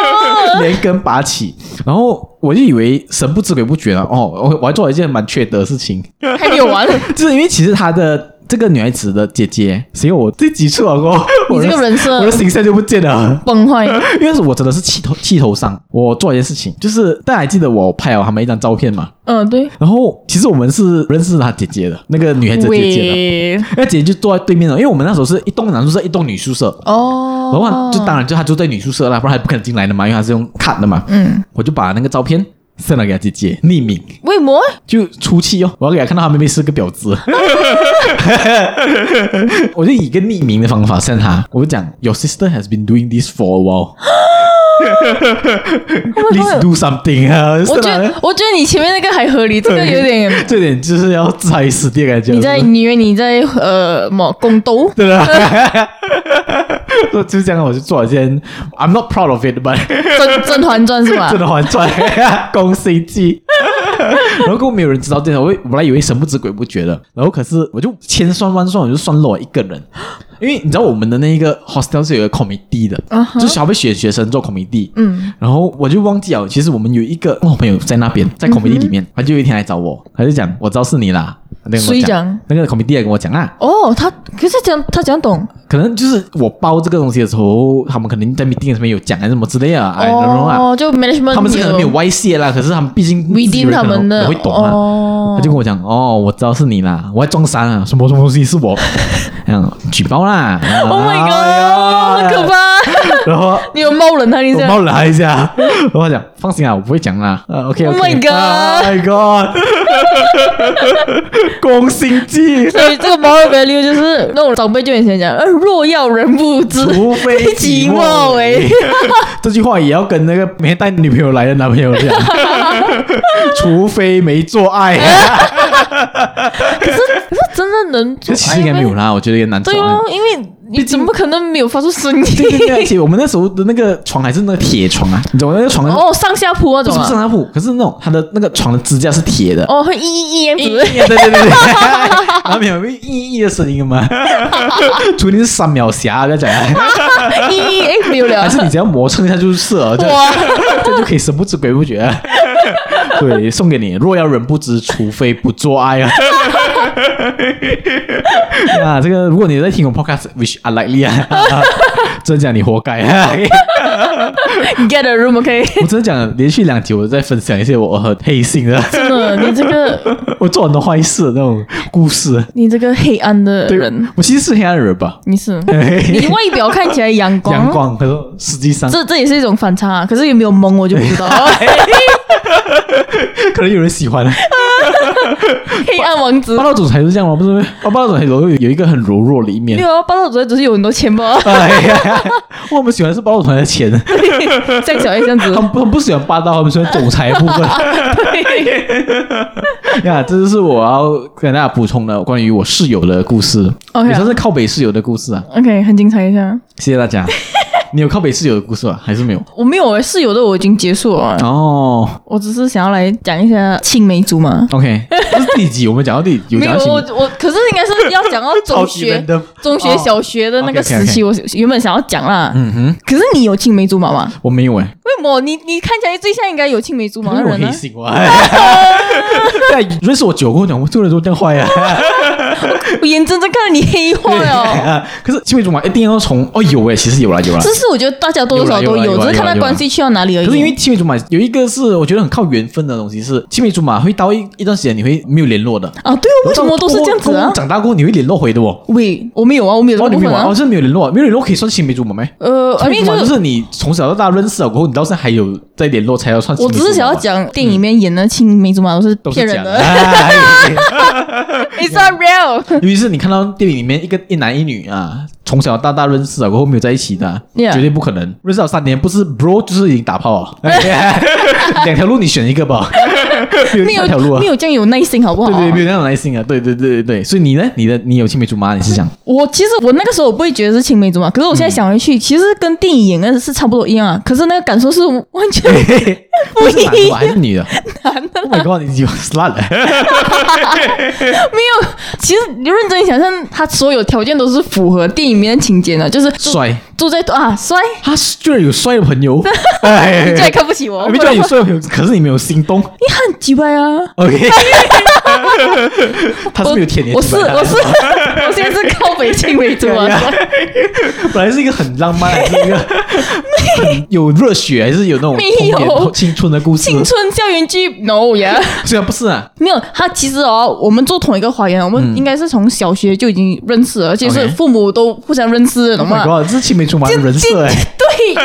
S1: 连根拔起，然后我就以为神不知鬼不觉了哦，我我还做了一件蛮缺德的事情，
S2: 还没有完，
S1: 就是因为其实她的这个女孩子的姐姐，所以我这几次老公，
S2: 你
S1: 我
S2: 这
S1: 的
S2: 个人
S1: 我的
S2: 设
S1: 形象就不见了。
S2: 崩坏。
S1: 因为我真的是气头气头上，我做了一件事情，就是大家还记得我拍了他们一张照片嘛？
S2: 嗯，对。
S1: 然后其实我们是认识她姐姐的，那个女孩子姐
S2: 哦
S1: 姐的，
S2: 喂，
S1: 那姐姐就坐在对面了，因为我们那时候是一栋男宿舍，一栋女宿舍，
S2: 哦，
S1: 然后她就当然就她住在女宿舍啦，不然她不可能进来的嘛，因为她是用看的嘛。
S2: 嗯，
S1: 我就把那个照片 send 了给她姐姐，匿名。
S2: 为么？
S1: 就出气哦，我要给他看到他妹妹是个婊子， 我就以一个匿名的方法扇他，我就讲 Your sister has been doing this for a while. Please do something 啊！
S2: 我觉
S1: 扇
S2: 得
S1: 他
S2: 我觉得你前面那个还合理，这个 有点。
S1: 这点就是要置他于死地的感觉。
S2: 你在
S1: 是不是
S2: 你以为你在呃么 宫斗？
S1: 对了，就这样，我就做了一件 I'm not proud of it，but
S2: 甄甄嬛传是吧
S1: 真？的还出来，宫心计。然后根本没有人知道这件事，我以我本来以为神不知鬼不觉的，然后可是我就千算万算，我就算漏了一个人，因为你知道我们的那一个 hostel 是有一个 committee 的
S2: 啊哈
S1: 就小被选学生做 committee，
S2: 嗯，
S1: 然后我就忘记了，其实我们有一个我朋友在那边，在 committee 里面，他就有一天来找我，他就讲我知道是你啦，他就跟
S2: 谁
S1: 我
S2: 讲
S1: 讲，那个 committee 也跟我讲啦，
S2: 哦，他可是讲他讲懂，
S1: 可能就是我包这个东西的时候，他们可能在 meeting 上面有讲还是什么之类啊，哎，然后啊，
S2: 哦，就 management
S1: 他们是可能没有外泄啦，可是他们毕竟自己
S2: redeem
S1: 人
S2: 他
S1: 可能
S2: 们的，
S1: 也会懂啊。
S2: 哦
S1: 他就跟我讲，哦，我知道是你啦，我还撞衫啊，什么什么东西是我，这样举报啦。
S2: ，Oh my
S1: 哎
S2: god，好可 怕！
S1: 怕！然后
S2: 你有冒冷他一
S1: 我
S2: 下，
S1: 冒来一下，然后他讲放心啊，我不会讲 啦。呃，OK
S2: Oh
S1: OK。
S2: my god
S1: my god！攻心计，
S2: 所以这个 moral value 就是那种长辈就以前讲，呃，若要人不知，哎
S1: 除非
S2: 即
S1: 即
S2: 墨
S1: 墨
S2: 为
S1: 为。 这句话也要跟那个没带女朋友来的男朋友讲， 除非没做爱。
S2: 可是真的能
S1: 这
S2: 做
S1: 其实应该没有啦，我觉得也难做
S2: 对
S1: 爱。
S2: 哦，因为你
S1: 毕竟
S2: 怎么可能没有发出声
S1: 对对对，而
S2: 音？
S1: 且我们那时候的那个床还是那个铁床啊，你懂吗那个床
S2: 哦，上下铺那
S1: 不
S2: 种
S1: 是不是
S2: 啊，
S1: 拉布，可是那种它的那个床的支架是铁的。
S2: 哦，会嘤嘤嘤子，
S1: 对对对 对，然后没有意义的声音嘛， 除非你是三秒侠在讲，
S2: 嘤嘤，哎，没有了
S1: 还，是你只要磨蹭一下就是事了，这
S2: 哇，
S1: 这就可以神不知鬼不觉。 对，送给你。若要人不知，除非不做爱啊。 啊，这个如果你在听我 podcast，which unlikely 啊， 真讲你活该、
S2: 你 get a room，OK？
S1: 我真的讲，连续两集我在分享一些我很黑心的，
S2: 真的，你这个
S1: 我做很多坏事的那种故事。
S2: 你这个黑暗的
S1: 对
S2: 人，，
S1: 我其实是黑暗人吧，
S2: 你是你外表看起来阳光，
S1: 阳光，可是实际上
S2: 这这也是一种反差啊。可是有没有萌我就不 知道，
S1: 哎可能有人喜欢。
S2: 黑暗王子
S1: 霸。道总裁是这样吗？不是吗，哦，霸道总裁有有一个很柔弱的一面
S2: 没。有啊，霸道总裁只是有很多 钱包啊，
S1: 哎呀，我们喜欢是霸道总裁的钱，
S2: 像小 A 这样子
S1: 他。们不他们不喜欢霸道，他们喜欢总裁的部分。
S2: 对
S1: 呀，这就是我要跟大家补充的关于我室友的故事，
S2: OK 啊
S1: 也算是靠北室友的故事啊。
S2: OK，很精彩一下。
S1: 谢谢大 家。你有靠北室友的故事吗？啊还是没有？
S2: 我没有诶，室友的我已经结束了啊，
S1: 哦、
S2: 我只是想要来讲一下青梅竹马。
S1: OK，这是第几？我们讲到第有
S2: 没有
S1: 讲到
S2: 我
S1: 几？
S2: 我，可是应该是要讲到中
S1: 超级
S2: 学
S1: random、
S2: 中学、
S1: 哦
S2: 小学的那个
S1: OK，OK，OK
S2: 时期，我原本想要讲啦。
S1: 嗯哼，
S2: 可是你有青梅竹马吗？
S1: 我没有哎、
S2: 为什么？你你看起来最像应该有青梅竹马 的
S1: 因为我
S2: 人啊呢
S1: 黑？心 我。在认识我久过，讲我这个人怎么这样坏啊？
S2: 我眼睁睁看着你黑 化了。
S1: 可是青梅竹马一定要从哦有哎，其实有啦有啦
S2: 这。是我觉得大家多多少少
S1: 有
S2: 都
S1: 啦有啦有啦
S2: 只是看
S1: 有
S2: 他
S1: 啦
S2: 关系去到哪里而已。啊
S1: 可是因为青梅竹马有一个是我觉得很靠缘分的东西，是青梅竹马会到一一段时间你会没有联络的。
S2: 啊，对啊，为什么都是这样子啊？
S1: 长大过后你会联络回的哦。
S2: 喂，我没有啊，我没有这
S1: 哦，
S2: 个
S1: 你
S2: 部
S1: 没
S2: 分
S1: 有啊？哦
S2: 啊
S1: 哦，。是没有联络，没有联络可以算青梅竹马没？
S2: 呃，
S1: 青
S2: 因
S1: 梅
S2: 为
S1: 竹马
S2: 就
S1: 就是是你从小到大认识了过后，你到现在还有在联络，才要算青
S2: 我
S1: 梅竹马吧。嗯
S2: 只是想要讲电影里面演的青梅竹马都是
S1: 都
S2: 骗
S1: 是
S2: 人
S1: 假
S2: 的
S1: 哎
S2: ，It's not real。
S1: 尤其是你看到电影里面一个一男一女啊，从小到大认识啊，过后没有在一起的啊、
S2: Yeah
S1: 绝对不可能。认识了三年，不是 bro 就是已经打炮 了。两条路你选一个吧，没
S2: 没
S1: 有三条路
S2: 有
S1: 啊
S2: 没。有这样有耐心好不好？
S1: 对对，没有那种耐心啊！对对对对对，所以你呢？你的你有青梅竹马，你是想
S2: 我其实我那个时候我不会觉得是青梅竹马，可是我现在想回去，其实跟电影演的是差不多一样啊。可是那个感受是完全
S1: 不是男的吧还是女的
S2: 难的。
S1: ？Oh my god，你有 slut 了！
S2: 没有，其实你认真想象，他所有条件都是符合电影里面的情节的，就是住
S1: 帅，
S2: 住在啊帅，
S1: 他居然有帅的朋 友，哎，
S2: 你居然看不起我，
S1: 你居然有帅的朋友，可是你没有心 动。
S2: 你很鸡掰啊！
S1: OK，他是没有舔你，
S2: 我是 我是我现在是靠北青梅竹马，
S1: 本来是一个很浪漫，还 是一个很有热血，还是有那种
S2: 没
S1: 童
S2: 有
S1: 年青春的故事？
S2: 青春校园剧 no 呀、
S1: 虽然不是啊，
S2: 没有，他其实哦，我们做同一个花园，我们应该是从小学就已经认识了，而且是
S1: 嗯 OK
S2: 父母都互相认识，懂
S1: Oh
S2: 吗
S1: my god，这是青梅竹马的人
S2: 这
S1: 设哎、
S2: 对，一样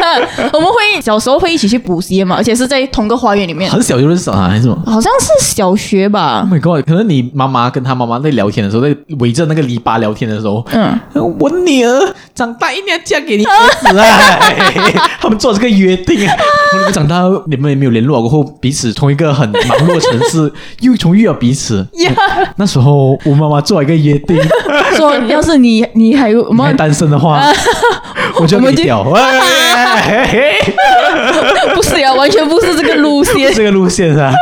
S2: 呀。我们会小时候会一起去补习嘛，而且是在同个花园里面，
S1: 很小就认识啊，还是什么
S2: 好像是小学吧
S1: ？Oh。my god，可能你妈妈跟她妈妈在聊天的时候，在围着那个篱笆聊天的时候，
S2: 嗯，
S1: 我女儿长大一定要嫁给你儿子啊！他们做这个约定啊，你们长大你们也没有联络过后，彼此从一个很忙碌的城市又重遇了彼此。
S2: 呀，
S1: 那时候我妈妈做了一个约定，
S2: 说要是你你还 我
S1: 你还
S2: 们
S1: 单身的话，我就
S2: 我
S1: 给
S2: 们
S1: 你
S2: 就
S1: 屌。哎
S2: 不是呀，完全不是这个路线。
S1: 这个路线是吧？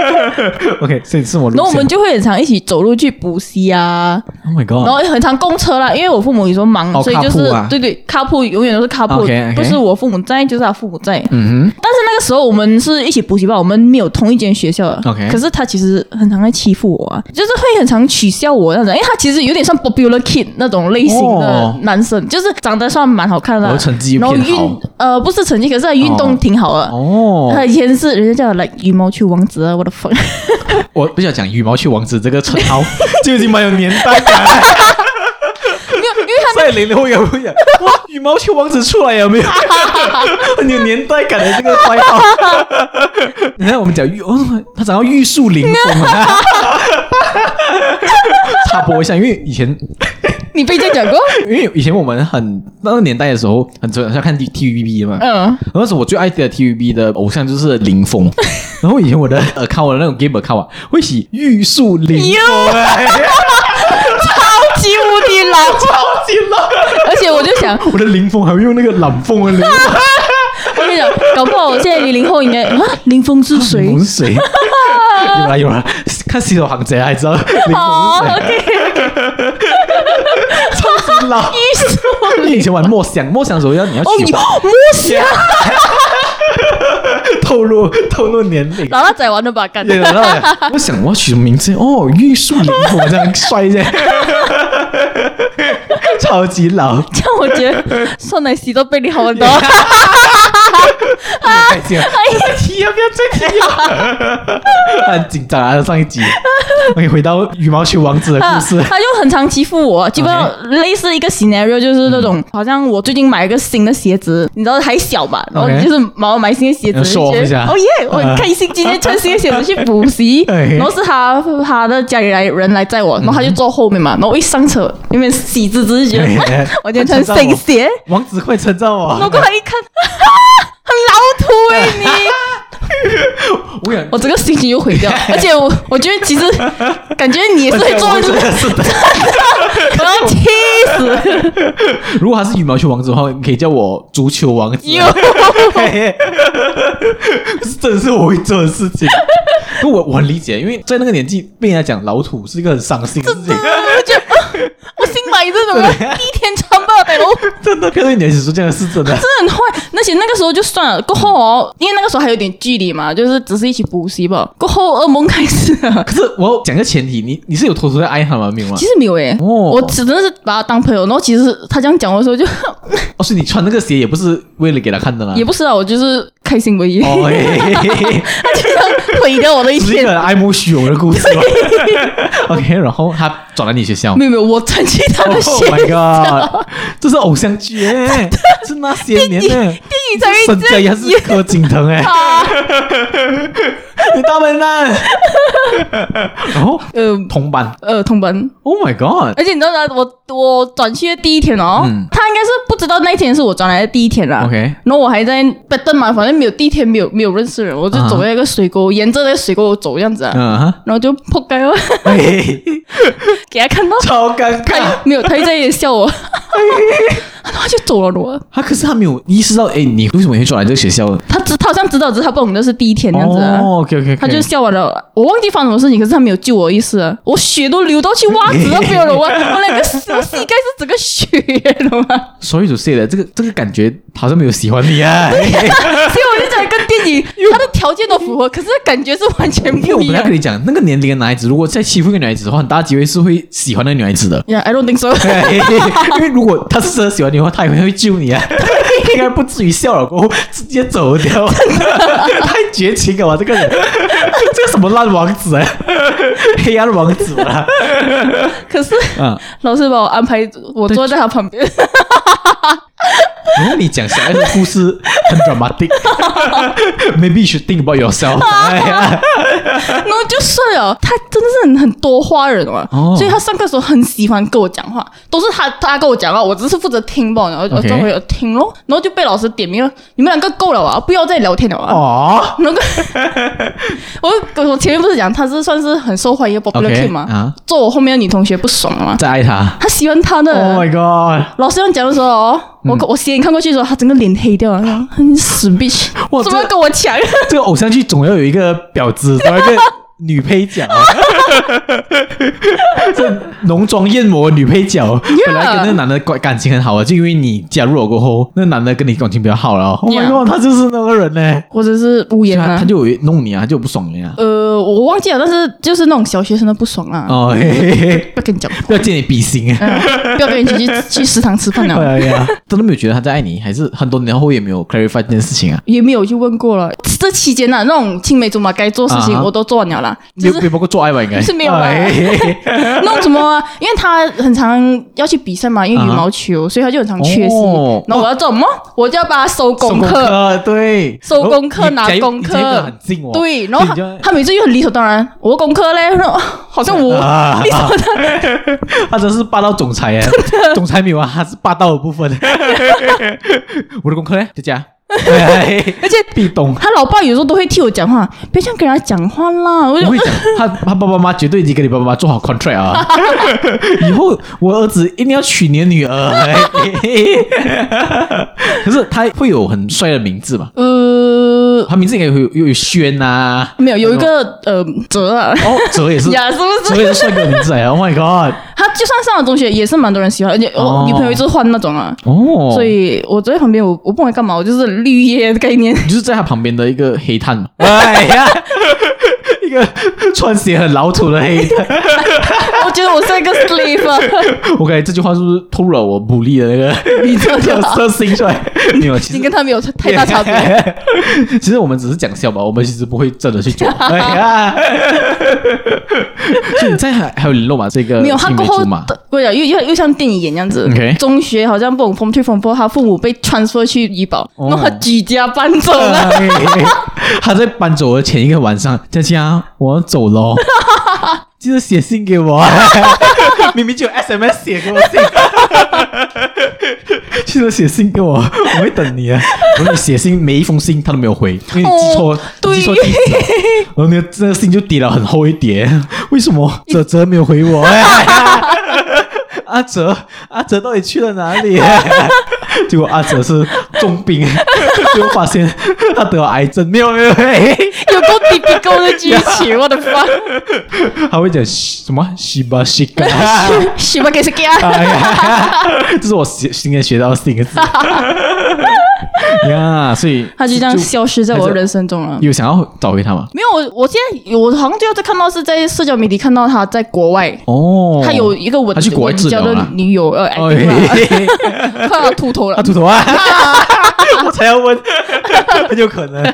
S1: OK，所以是我路线。
S2: 然后我们就会很常一起走路去补习啊，
S1: Oh my
S2: 然后
S1: God，
S2: 很常公车啦，因为我父母有时候忙，
S1: 哦
S2: 所以就是、
S1: carpool 啊
S2: 对对，靠谱永远都是靠谱
S1: OK，OK
S2: 不是我父母在就是他父母在。
S1: 嗯
S2: 但是那个时候我们是一起补习班，我们没有同一间学校的。啊
S1: OK
S2: 可是他其实很常在欺负我啊，就是会很常取笑我那种，因为他其实有点像 popular kid 那种类型的
S1: 哦
S2: 男生，就是长得算蛮好看的
S1: 哦
S2: 啊，
S1: 成绩又
S2: 然后
S1: 偏好
S2: 运呃不是成绩，可是他运动
S1: 哦
S2: 挺好的。啊
S1: 哼，哦，
S2: 他以前是人家叫来羽毛球王子啊，我的 fuck！
S1: 我不想讲羽毛球王子这个称号 就已经蛮有年代感了。
S2: 没有，因为
S1: 在零六也不讲，哇，羽毛球王子出来有没 有？很有年代感的这个外号。你看我们讲玉，哦，他讲到玉树临风 啊。插播一下，因为以前，
S2: 他你被这样讲 过，
S1: 因为以前我们很那个年代的时候，很喜欢看 T T V B 的嘛。
S2: 嗯，
S1: 那时候我最爱的 TVB 的偶像就是林 峰，然后以前我的 account 我的那种 game account 啊，会写玉树临风、哎，
S2: 超级无敌老，
S1: 超级浪。
S2: 而且我就想，
S1: 我的林峰还会用那个冷风的林峰，
S2: 我跟你讲，搞不好现在零零后应该啊，林峰是谁
S1: 林？是谁？有啦有啦，看《洗手行贼》还知道林
S2: 哦
S1: 峰是谁，
S2: ，OK，
S1: 超级老。
S2: 艺术，
S1: 你以前玩默想，默想的时候要你要
S2: 哦，
S1: 取
S2: 莫
S1: 吧
S2: 想，
S1: 透露透露年龄。
S2: 老大仔玩的吧，感
S1: 对
S2: 觉
S1: 然后我我想我要取什么名字？哦，玉树临风，这样帅一下，超级老。
S2: 这样我觉得 酸奶昔都被你好很多。
S1: 太紧了，再提啊，不要再提了，很紧张啊。上一集，我们回到羽毛球王子的
S2: 啊
S1: 故事，
S2: 他就很常欺负我，基本上类似一个 scenario 就是那
S1: 嗯
S2: 种，好像我最近买一个新的鞋子，你知道还小嘛，然后
S1: OK
S2: 就是帮我买新的鞋子，
S1: 嗯说
S2: 就觉得
S1: 一下
S2: 哦耶，我
S1: 啊
S2: 很开心，今天穿新的鞋子去补习，
S1: 哎
S2: 然后是他他的家里来人来载我，然后他就坐后面嘛，然后我一上车，因为喜滋滋就觉得
S1: 哎哎
S2: 我今天穿新鞋，
S1: 王子快称赞
S2: 然后
S1: 我。
S2: 过来一看， 很 老土哎你。
S1: 我想，
S2: 我整个心情又 毁掉，而且我我觉得其实感觉你也是会做
S1: 我
S2: 这
S1: 觉
S2: 个
S1: 得，是的。
S2: 我要气死。
S1: 如果他是羽毛球王子的话，你可以叫我足球王子。
S2: 哟，
S1: 嘿嘿是真的是我会做的事情。不过我我很理解，因为在那个年纪被人家讲老土是一个很伤心的事情。
S2: 我就啊我新买这种的，第一天穿不到戴楼，真
S1: 真的，看到你年纪说这样是真 的。
S2: 的很坏。而且那个时候就算了，过后哦，因为那个时候还有点距离嘛，就是只是一起补习吧。过后噩梦开始了。
S1: 可是我要讲一个前提，你你是有偷偷在爱他吗？没有吗
S2: 其？实没有诶、
S1: 哦
S2: 我只真的是把他当朋友。然后其实他这样讲我的时候就，
S1: 哦，所以你穿那个鞋也不是为了给他看的啦
S2: 也。不是啊，我就是开心而已。
S1: 哦，嘿嘿嘿嘿嘿
S2: 他就这样毁掉我的一
S1: 是一
S2: 天。
S1: 个爱慕虚荣的故 事吗？OK，然后他转来你学校。
S2: 没有没有，我占据他
S1: Oh
S2: 的线。
S1: my god！这是偶像剧 哎，是那些年呢，
S2: 电影才会
S1: 沈佳宜
S2: 这
S1: 还
S2: 样
S1: 是柯景腾 哎，
S2: 啊。
S1: 你大笨蛋！然后
S2: 呃
S1: 同班
S2: 呃，同班。
S1: ，Oh my god！
S2: 而且你知道吗？我我转去的第一天哦，
S1: 嗯
S2: 他应该是不知道那一天是我转来的第一天啦。
S1: OK
S2: 然后我还在拜登嘛，反正没有第一天没有没有认识人，我就
S1: 啊
S2: 走在一个水沟，沿着那个水沟走这样子啊，
S1: 嗯哈，
S2: 然后就扑街了，
S1: 嘿
S2: 给 他看到，
S1: 超尴
S2: 他
S1: 尬。
S2: 没有，他就在那里笑我， 然后他就走了我。
S1: 他可是他没有意识到，哎，你为什么会转来这个学校？
S2: 他知他好像知道，只是他不懂这是第一天这样子、啊。
S1: 哦，OK，OK，
S2: 他就笑完了，我忘记发生什么事情，可是他没有救我一次、啊，我血都流到去袜子那边了，我 我两个我膝盖是整个血了吗？
S1: sorry to say 的，这个这个感觉好像没有喜欢你 啊。
S2: 所以我就讲跟电影，他的条件都符合，可是感觉是完全
S1: 因为
S2: 不
S1: 我
S2: 一
S1: 们要
S2: 样。
S1: 跟。你讲，那个年龄的男孩子，如果再欺负一个女孩子的话，很大机会是会喜欢那个女孩子的
S2: Yeah, I don't think so 。
S1: 哎因为如果他是真的喜欢你的话，他也会救 你啊，应该不至于笑了过后直接走 掉，太绝情了吧这个人，这个什么烂王子啊，黑暗王子啊吧，
S2: 可是
S1: 嗯，
S2: 老师把我安排，我坐在他旁边，
S1: 如果你讲小爱的故事很 dramatic，maybe you should think about yourself，哎呀
S2: 然后就算了。他真的是很很多花人嘛，
S1: 哦
S2: 所以他上课的时候很喜欢跟我讲话，都是他他跟我讲话，我只是负责听吧，然后我
S1: OK
S2: 周围有听咯，然后就被老师点名了，你们两个够了啊，不要再聊天了啊。
S1: 哦
S2: 然后 我我前面不是讲他是算是很受欢迎的 popular
S1: ，OK
S2: kid 吗？
S1: 啊，
S2: 坐我后面的女同学不爽了嘛，
S1: 再爱他
S2: 他喜欢他的。
S1: ，Oh my god。
S2: 老师这样讲的时候哦，我、
S1: 嗯
S2: 我斜眼看过去的时候，他整个脸黑掉了，很死 bitch，
S1: 哇
S2: 怎么
S1: 这
S2: 跟我抢？
S1: 这个偶像剧总要有一个婊子，总要一个女配角，啊 这浓妆艳抹的女配角，本来跟那个男的感感情很好啊，就因为你加入了过后，那男的跟你感情比较好了。Oh my
S2: Yeah
S1: god，他就是那个人呢，
S2: 或者是污言
S1: 他
S2: 啊
S1: 他。就有弄你啊，他就不爽你啊。
S2: 呃，我忘记了，但是就是那种小学生的不爽啦。
S1: 哦，嘿嘿嘿，
S2: 不要跟你讲，嗯
S1: 不要见你比心啊！
S2: 不要跟你一起去去食堂吃 饭了，
S1: 哎呀，真的没有觉得他在爱你，还是很多年后也没有 clarify 这件事情啊，
S2: 也没有去问过了。这期间啊呢，那种青梅竹马该做事情
S1: 啊
S2: 我都做完了啦，
S1: 没
S2: 就
S1: 有
S2: 是
S1: 没有包括做爱吧？应该
S2: 是没有吧
S1: 哎嘿嘿嘿
S2: 弄什么啊？因为他很常要去比赛嘛，因为羽毛球，所以他就很常缺席
S1: 啊哦。
S2: 那我要做什么？我就要帮他收 功
S1: 收
S2: 课。
S1: 对，
S2: 收功课
S1: 然后
S2: 拿
S1: 你夹
S2: 功
S1: 你
S2: 课
S1: 夹得很近哦，
S2: 对，然后
S1: 你就
S2: 他他每次又很理所当然，我功课嘞，然后啊好像我
S1: 啊， 他真是霸道总裁哎，总裁没有啊，他是霸道的部分。我的功课呢，在家，哎
S2: 而且
S1: 壁咚。
S2: 他老爸有时候都会替我讲话，别这样跟人家讲话啦。我
S1: 我
S2: 就
S1: 会讲，他他爸爸妈妈绝对已经跟你爸爸妈妈做好 contract 啊！以后我儿子一定要娶你的女儿。可是他会有很帅的名字嘛？
S2: 呃
S1: 他名字应该有有有轩呐、
S2: 没有有一个呃哲啊，
S1: 哦，哲也是，
S2: 呀是不
S1: 哲
S2: 是？
S1: 也是帅哥的名字哎！Oh my god！
S2: 他就算上了中学也是蛮多人喜欢，而且
S1: 哦
S2: 我女朋友一直换那种啊，
S1: 哦，
S2: 所以我坐在旁边我我不管干嘛，我就是绿叶的概念。
S1: 你就是在他旁边的一个黑炭 嘛。哎呀， 一个穿鞋很老土的黑炭。
S2: 我觉得我是一个 slave，啊
S1: 我感觉这句话是不是透露了我不利的那个
S2: 你这就
S1: 角
S2: 好
S1: 色性出 来？没有，其
S2: 你
S1: 实
S2: 跟他没有太 大差
S1: 呃
S2: 别。
S1: 别。其实我们只是讲笑吧，我们其实不会真的去 做。哎呀， 所以你在还还有联络吗？这个
S2: 没有，他
S1: 青梅
S2: 过
S1: 竹
S2: 后
S1: 马，
S2: 的，我讲又又又像电影演那样子。
S1: OK
S2: 中学好像不懂风吹风波，他父母被 transfer 去怡保，
S1: 哦
S2: 然后他举家搬走了。
S1: 哎他在搬走的前一个晚上，佳佳，我要走 喽，记得写信给我。 明明就有 SMS 写给我信， 记得写信给我，我会等你啊。我说你写信，每一封信他都没有回， 因为你记错，
S2: 哦
S1: 你记错地址了，然后那个那个信就叠了很厚一叠。为什么 哲哲没有回我？ 哎阿哲，阿哲到底去了哪里？ 结果阿哲是重病， 结果发现他得了癌症，没有没有， 嘿嘿
S2: 有够 B B 够的剧 情，我的妈！
S1: 他会讲西什么西巴西嘎。
S2: 喜欢给谁给啊？
S1: 哎呀， 这是我学今天学到的四个字。 呀，所以
S2: 他就这样消失在我
S1: 还是
S2: 人生中了。
S1: 有想要找回他吗？
S2: 没有，我我现在我好像最后再看到是在社交媒体看到他在国外，
S1: 哦，
S2: 他有一个文
S1: 他去国外
S2: 文
S1: 治疗
S2: 交的
S1: 了
S2: 女友，呃，
S1: 哦，
S2: I
S1: 嘿
S2: think 啦
S1: 嘿嘿
S2: 快要秃头
S1: 他
S2: 了。
S1: 秃头 啊，我才要问， 很有可能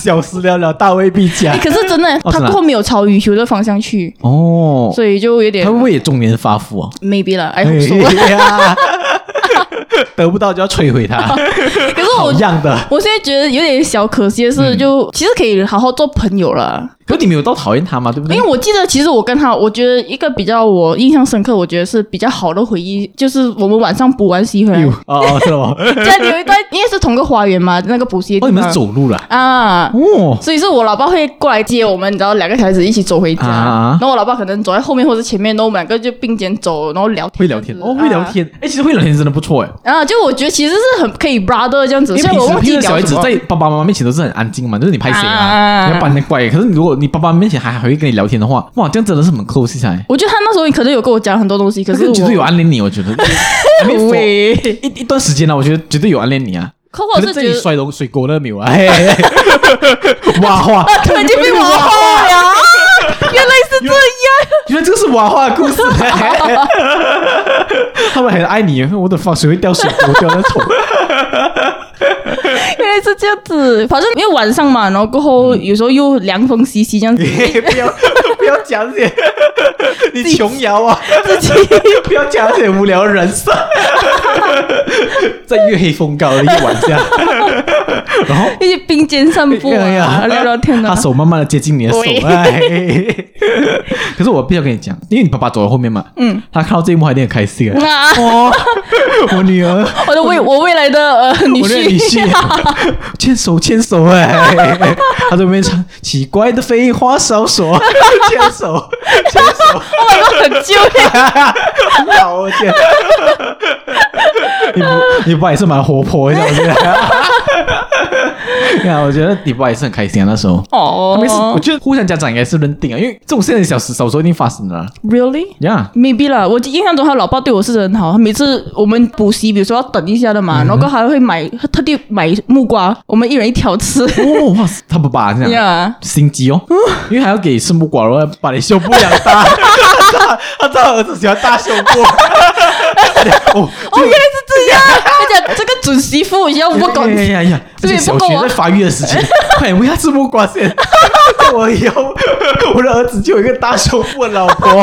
S1: 小时了了，大未必佳
S2: 哎，。可是真的，
S1: 哦
S2: 他
S1: 真的啊
S2: 过后没有朝羽球的方向去，
S1: 哦，
S2: 所以就有点
S1: 他会不会也中年发福啊？
S2: maybe 了
S1: 哎
S2: ，I hope so。
S1: 呀， 得不到就要摧毁他，
S2: 可是
S1: 哎好嗯
S2: 我
S1: 样的。
S2: 我现在觉得有点小可惜的是，就其实可以好好做朋友了。
S1: 可你没有到讨厌他嘛，对不
S2: 因
S1: 对
S2: 为？我记得，其实我跟他，我觉得一个比较我印象深刻，我觉得是比较好的回忆，就是我们晚上补完习回来
S1: 哎呦，哦哦，是 吗？
S2: 家里有一段，因为是同个花园嘛，那个补习的
S1: 哦，你
S2: 地
S1: 们
S2: 方
S1: 是走路了？
S2: 啊。
S1: 哦，
S2: 所以是我老爸会过来接我们，你知道，两个小孩子一起走回家。
S1: 啊啊啊
S2: 然后我老爸可能走在后面或者前面，然后我们两个就并肩走，然后聊天。啊
S1: 会聊天
S2: 这样
S1: 哦，
S2: 子
S1: 会聊。天。哎，其实会聊天真的不错哎。
S2: 啊啊，就我觉得其实是很可以 brother 这样子，
S1: 因
S2: 虽
S1: 为
S2: 然
S1: 平
S2: 我
S1: 时
S2: 忘
S1: 平
S2: 记
S1: 时小
S2: 聊
S1: 孩
S2: 什
S1: 子
S2: 么。
S1: 在爸爸妈妈面前都是很安静嘛，就是你拍谁
S2: 啊
S1: 啊，你要扮的怪。可是如果你爸爸面前还还会跟你聊天的话，哇，这样真的是很 close 下来。
S2: 我觉得他那时候可能有跟我讲很多东西，可
S1: 可
S2: 是
S1: 是
S2: 我
S1: 绝对有暗恋你，我觉 得。I mean, for-
S2: 喂
S1: 一 一段时间呢，我觉得绝对有暗恋你啊。
S2: 可
S1: 可
S2: 我
S1: 能
S2: 是
S1: 这
S2: 觉
S1: 里
S2: 得，
S1: 摔龙水果了没有啊？嘿嘿嘿挖 花，
S2: 肯定被我画了呀！啊原来是这样，
S1: 原来这个是娃娃的故事。 他们很爱你，啊我的放水会掉水果掉那 种。
S2: 原来是这样子。反正因为晚上嘛，然后过后有时候又凉风习习 这样子，
S1: 不要不要讲这些，你琼瑶啊，
S2: 自己
S1: 不要讲这些无聊的人 设。在月黑风高的夜晚 下，然后
S2: 一起并肩散步
S1: 哎呀
S2: 啊， 聊聊天
S1: 他
S2: 啊。
S1: 手慢慢的接近你的手
S2: 喂，
S1: 哎， 可是我必须要跟你讲，因为你爸爸走在后面嘛，嗯，他看到这一幕还一定很开心啊，
S2: 啊！
S1: 哦，我女 儿，
S2: 我的未我未来的呃女
S1: 我的女
S2: 婿，
S1: 婿， 牵手牵手哎，他在那边唱奇怪的飞花哨所， 牵手牵手，
S2: 我感觉 很久耶。
S1: 很老我天， 你不你爸也是蛮活泼的，这样子。对啊，我觉得迪爸也是很开心啊，那时候。
S2: 哦，
S1: 他们是，我觉得互相家长应该是认定啊，因为这种现在小时小时候一定发生的啦。
S2: really。
S1: 呀、
S2: maybe 啦，我印象中他老爸对我是很好，他每次我们补习，比如说要等一下的嘛，然后还会买他特地买木瓜，我们一人一条 吃。
S1: yeah.，哦哇塞，他爸爸这样
S2: Yeah
S1: 心机哦，因为还要给吃木瓜，然后把你胸部养大，他他他儿子喜欢大胸部，哦，
S2: 哦，原来是这样！而且这个准媳妇也要我 搞哦
S1: 哎呀呀呀呀！
S2: 这
S1: 这
S2: 个
S1: 是
S2: 也
S1: 小
S2: 不够
S1: 学
S2: 啊
S1: 在发育的时期，快点喂他吃木瓜先。我以后我的儿子就有一个大胸部的老婆，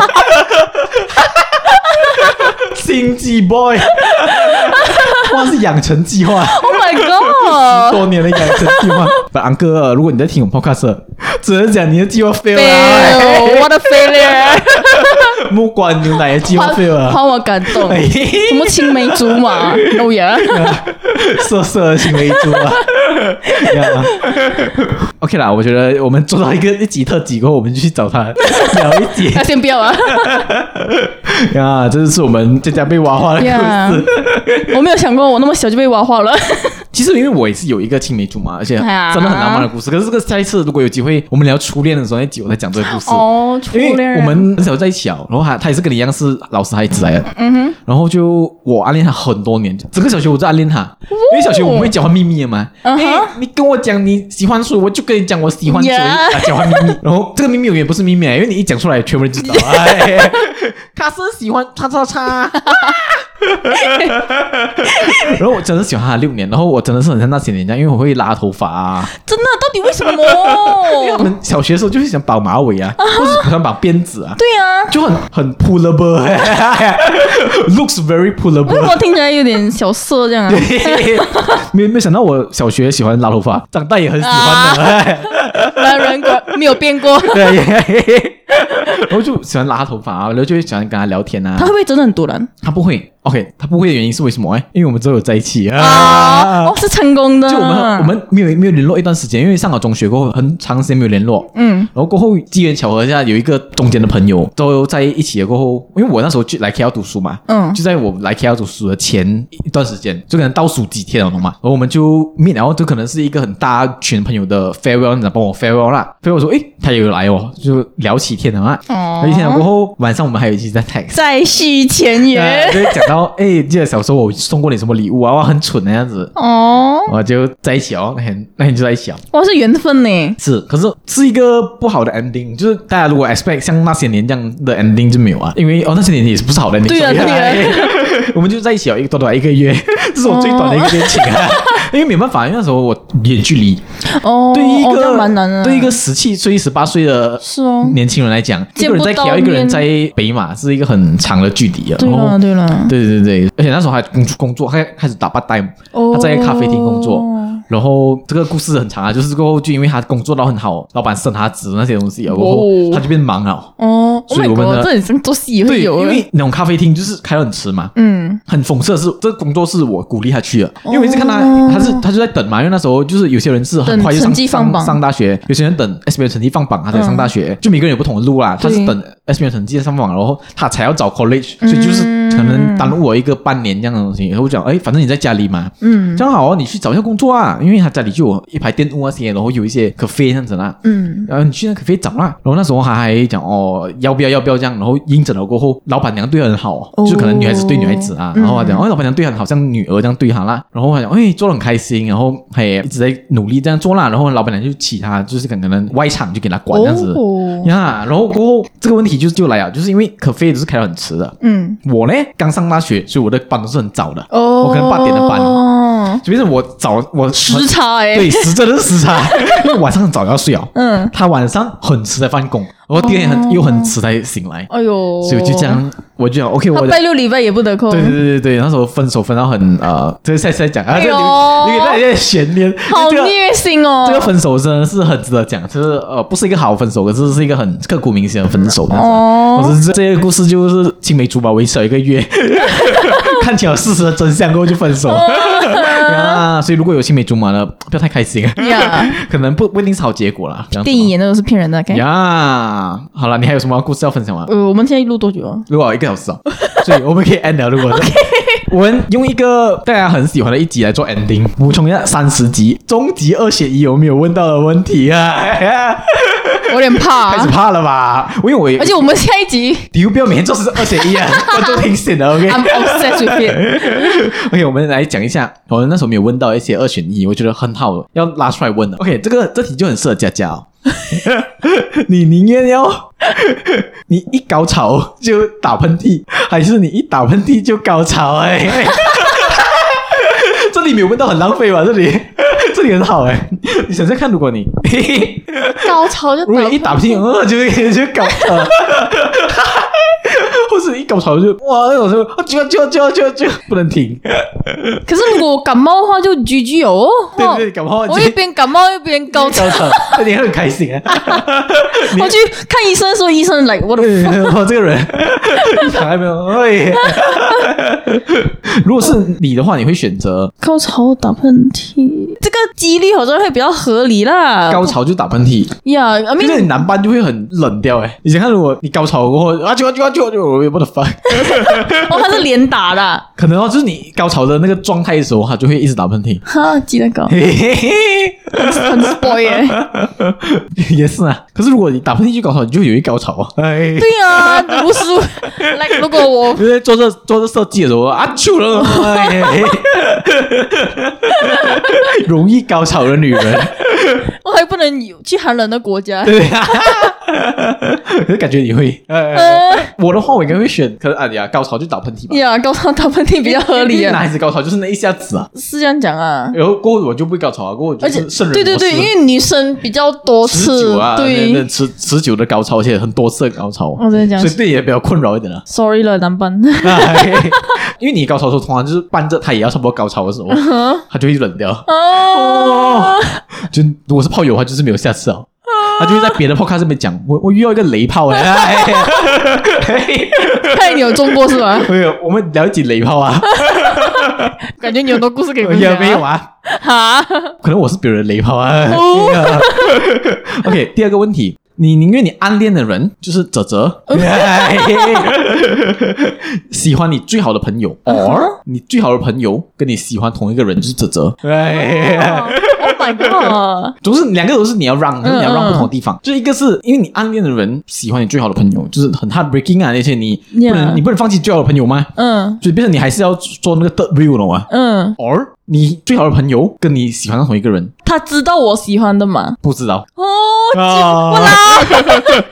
S1: 心机 boy，哇，是养成计划。
S2: ，Oh my
S1: 十
S2: god！
S1: 多年的养成计 划，本昂哥，如果你在听我们 podcast，只能讲你的计划 fail 了，
S2: fail，what a failure！
S1: 木瓜牛奶的计划 fail
S2: 好
S1: 了，
S2: 好我感动，
S1: 哎
S2: 什么青梅竹 马，no 哦呀！
S1: 色色的行为猪 啊。这样啊 OK 啦，我觉得我们做到一个一集特辑过后，我们就去找他聊一 集
S2: 那先不要啊，
S1: 呀。这就是我们这家被挖花的故事。
S2: 呀我没有想过我那么小就被挖化 了。
S1: 其实因为我也是有一个青梅竹马，而且真
S2: 哎呀
S1: 的很浪漫的故事。可是这个下一次如果有机会，我们聊初恋的时候那集，我再讲这个故事。
S2: 哦，初
S1: 因为
S2: 恋人
S1: 我们很小在一起哦，然后他他也是跟你一样是老师孩子来的，嗯哼，然后就我暗恋他很多年，整个小学我都暗恋他，因为小学我们会交换秘密的嘛，
S2: 嗯
S1: 因
S2: 哼
S1: 为你跟我讲你喜欢谁，我就跟你讲我喜欢谁，
S2: Yeah
S1: 啊，交换秘密，然后这个秘密永远不是秘密，因为你一讲出来，全部人知道， 哎，他是喜欢叉叉叉。然后我真的喜欢他六年，然后我真的是很像那些年这样，因为我会拉头发啊，
S2: 真的到底为什么？
S1: 我 们小学的时候就是想绑马尾啊，
S2: Uh-huh
S1: 或者想绑辫子啊，
S2: 对啊，
S1: 就很很 pullable，looks very
S2: 为什
S1: pullable
S2: 么。听起来有点小色这样啊？
S1: 没有没有想到我小学喜欢拉头发，长大也很喜欢的。
S2: 男人果没有变过，
S1: 对，然后就喜欢拉头发啊，然后就会喜欢跟他聊天啊
S2: 他会。不会真的很毒男
S1: 他不会，OK，他不会的原因是为什么？哎，因为我们之后有在一起
S2: 啊？哦，是成功的。
S1: 就我们我们没有没有联络一段时间，因为上了中学过后很长时间没有联络，嗯，然后过后机缘巧合下有一个中间的朋友都在一起了过后，因为我那时候去来 KL 读书嘛，
S2: 嗯
S1: 就在我来 KL 读书的前一段时间，就可能倒数几天了，懂吗？然后我们就 meet，然后就可能是一个很大群朋友的 farewell，你知道帮我 farewell 啦，farewell 说诶他也有来哦，就聊起天了啊，
S2: 哦
S1: 聊起天了过后晚上我们还有一起在 text。
S2: 再续前
S1: 啊
S2: 缘。
S1: 就会讲到，哎，记得小时候我送过你什么礼物啊？哇，很蠢的样子。
S2: 哦，
S1: 我就在一起哦，那天那天就在一起哦。
S2: 哇，是缘分呢。
S1: 是，可是是一个不好的 ending，就是大家如果 expect 像那些年这样的 ending 就没有啊，因为哦那些年也是不是好的 ending，
S2: 对啊
S1: 所以
S2: 对
S1: 我们就在一起了一个短短一个月，这是我最短的一个恋情 啊，因为没办法，因为那时候我远距离，
S2: 哦，
S1: 对一
S2: 哦这
S1: 个、
S2: 样蛮难的。
S1: 对一个十七岁十八岁的
S2: 是哦
S1: 年轻人来讲，一
S2: 见
S1: 个
S2: 不
S1: 人在
S2: 到
S1: KL，一个人
S2: 面
S1: 在北马是一个很长的距离啊，
S2: 对
S1: 然后
S2: 了对了，
S1: 对对对，而且那时候还工工作，他开始打 part time，、
S2: 哦
S1: 他在一个咖啡厅工作。然后这个故事很长啊，就是过后就因为他工作到很好，老板升他职那些东西啊，过后
S2: 哦
S1: 他就变忙了。
S2: 哦
S1: 所
S2: ，Oh my
S1: 以我们
S2: god，
S1: 的
S2: 这很像做戏也
S1: 对，
S2: 会
S1: 因
S2: 有啊的。
S1: 为那种咖啡厅就是开得很迟嘛。
S2: 嗯，
S1: 很讽刺的是，这个工作是我鼓励他去的，因为我一直看他，他是他就在等嘛，因为那时候就是有些人是很
S2: 哦等
S1: 快就上
S2: 成绩放榜
S1: 上上大学，有些人等 S B 成绩放榜他才上大学，就每个人有不同的路啦。他
S2: 对嗯
S1: 是等 S B 成绩上榜，然后他才要找 college，所以就是可能耽误我一个半年这样的东西。然后我讲，哎，反正你在家里嘛，嗯，这样好哦，你去找一下工作啊，因为他家里就有一排店屋那啊些，然后有一些 cafe 这样子啦，
S2: 嗯，
S1: 然后你去那 cafe 找啦。然后那时候他还讲哦，要不要要不要这样，然后应诊了过后，老板娘对他很好，
S2: 哦嗯
S1: 就可能女孩子对女孩子啊，然后他讲，哦，老板娘对他很好像女儿这样对他啦，然后他讲，哎，做的很开心，然后他也一直在努力这样做啦，然后老板娘就起他，就是可能外场就给他管这样子。
S2: 哦
S1: 呀然后过后这个问题就就来了，就是因为 cafe 都是开得很迟的。
S2: 嗯，
S1: 我呢刚上大学，所以我的班都是很早的，
S2: 哦，
S1: 我可能八点的班，
S2: 班，
S1: 所以是我早我
S2: 时差哎，
S1: 对，时真的是时差， 因为晚上很早要睡哦。
S2: 嗯，
S1: 他晚上很迟才放工，然后第二天
S2: 哦
S1: 很、又很迟才醒来，
S2: 哎呦，
S1: 所以就这，样，我就讲 OK，
S2: 他
S1: 我
S2: 拜六礼拜也不得空，
S1: 对对对对对，那时候分手分到很呃，这现在在讲啊，这个
S2: 哎呦
S1: 你你给大家悬念，哎
S2: 好
S1: 这个
S2: 虐心哦，
S1: 这个分手真的是很值得讲，就是呃，不是一个好分手，可是是一个很刻骨铭心的分手。
S2: 哦
S1: 哦，我是这个故事就是青梅竹马维持了一个月， 看清了事实的真相过后就分
S2: 哦
S1: 手。 啊，所以如果有青梅竹马的，不要太开心，啊
S2: 呀，
S1: 可能不不一定是好结果啦。这样子
S2: 电影演的都是骗人的，OK。
S1: 呀好了，你还有什么故事要分享吗？
S2: 呃，我们现在录多久啊？
S1: 如果一个小时哦，所以我们可以 end 了。如果是我们用一个大家很喜欢的一集来做 ending，补充一下三十集终极二选一有没有问到的问题啊？
S2: 我有点怕、
S1: 开始
S2: 啊。
S1: 怕了吧？因为我也
S2: 而且我们下一集
S1: 丢不要每天做是二选 一啊，观众听醒了 OK。
S2: I'm obsessed with it。
S1: OK，我们来讲一下，我们那时候没有问到一些二选一，我觉得很好，要拉出来问的。OK，这个这题就很适合佳佳哦。 你宁愿要 你一高潮就打喷嚏，还是你一打喷嚏就高潮、哎， 这里没有问到很浪费吧？这里这里很好哎、你想想看，如果你
S2: 高潮就
S1: 如果一打屁，呃，就会就搞，呃、 或是一搞潮就哇那种就啊就就就就就不能停，
S2: 可是如果我感冒的话，就 GG 哦。
S1: 对对对，搞不好
S2: 我
S1: 就
S2: 一 边感冒一边高潮。
S1: 高潮，那你很开心啊！ 你
S2: 我去看医生的时候，医生来我的
S1: 我这个人， 你躺在没有？ 哎，如果是你的话，你会选择
S2: 高潮打喷嚏，这个几率好像会比较合理啦。
S1: 高潮就打喷嚏，
S2: 呀，I
S1: 因为
S2: mean，
S1: 你男班就会很冷掉哎。你想看，如果你高潮过后啊就啊就啊就啊就，我 what the fuck？
S2: 哦，他是连打的，
S1: 可能哦，就是你高潮的那个状态的时候，他就会一直打喷嚏。
S2: 哈，鸡蛋糕，
S1: 嘿嘿嘿。
S2: 很 spoil 耶。
S1: 也是啊，可是如果你打喷嚏就高潮，你就有一高潮啊。哎，
S2: 对呀，无数。like 如果我
S1: 因为做这做这设计的时候啊，就了，哎，容易高潮的女人，
S2: 我还不能有去寒冷的国家，
S1: 对啊，可是感觉你会，哎，
S2: 呃，
S1: 我的话我应该会选，可是啊呀，高潮就打喷嚏吧。
S2: 呀，高潮打喷嚏比较合理
S1: 因为男
S2: 啊，
S1: 孩子高潮就是那一下子啊，
S2: 是这样讲啊。
S1: 然后过后我就不会高潮啊，过后我就
S2: 而且
S1: 是圣人
S2: 对对
S1: 模式
S2: 对，因为女生比较多
S1: 持
S2: 次
S1: 久，啊，那那
S2: 对。
S1: 持持久的高潮，而且很多次的高潮，
S2: 我在讲
S1: 所以对你也比较困扰一点啊。
S2: ，sorry 了，男班。
S1: 哎因为你高潮的时候，通常就是伴着他也要差不多高潮的时候，他就会冷掉。
S2: 哦，
S1: 就如果是炮友的话，就是没有下次哦。
S2: 啊
S1: 他就会在别的 podcast 上面讲，我我遇到一个雷炮哎 哎，哎
S2: 看来你有中过是吧？
S1: 没有，我们了解雷炮 啊，
S2: 感觉你有很多故事可以分享
S1: 也
S2: 啊。
S1: 没有啊，
S2: 哈，
S1: 可能我是别人的雷炮啊。
S2: 哦
S1: OK，第二个问题，你宁愿你暗恋的人就是泽泽， 哎喜欢你最好的朋友，or 你最好的朋友跟你喜欢同一个人就是泽泽，哎
S2: 哦 Oh my god！
S1: 总是两个都是你要让，就是你要让
S2: 嗯
S1: 不同的地方。就一个是因为你暗恋的人喜欢你最好的朋友，就是很 heartbreaking 啊那些，你不能
S2: Yeah
S1: 你不能放弃最好的朋友吗？
S2: 嗯
S1: 所以变成你还是要做那个 third wheel 了嘛
S2: 嗯，
S1: ？or 你最好的朋友跟你喜欢上同一个人，
S2: 他知道我喜欢的嘛？
S1: 不知道。
S2: 哦，
S1: 啊
S2: 我啦，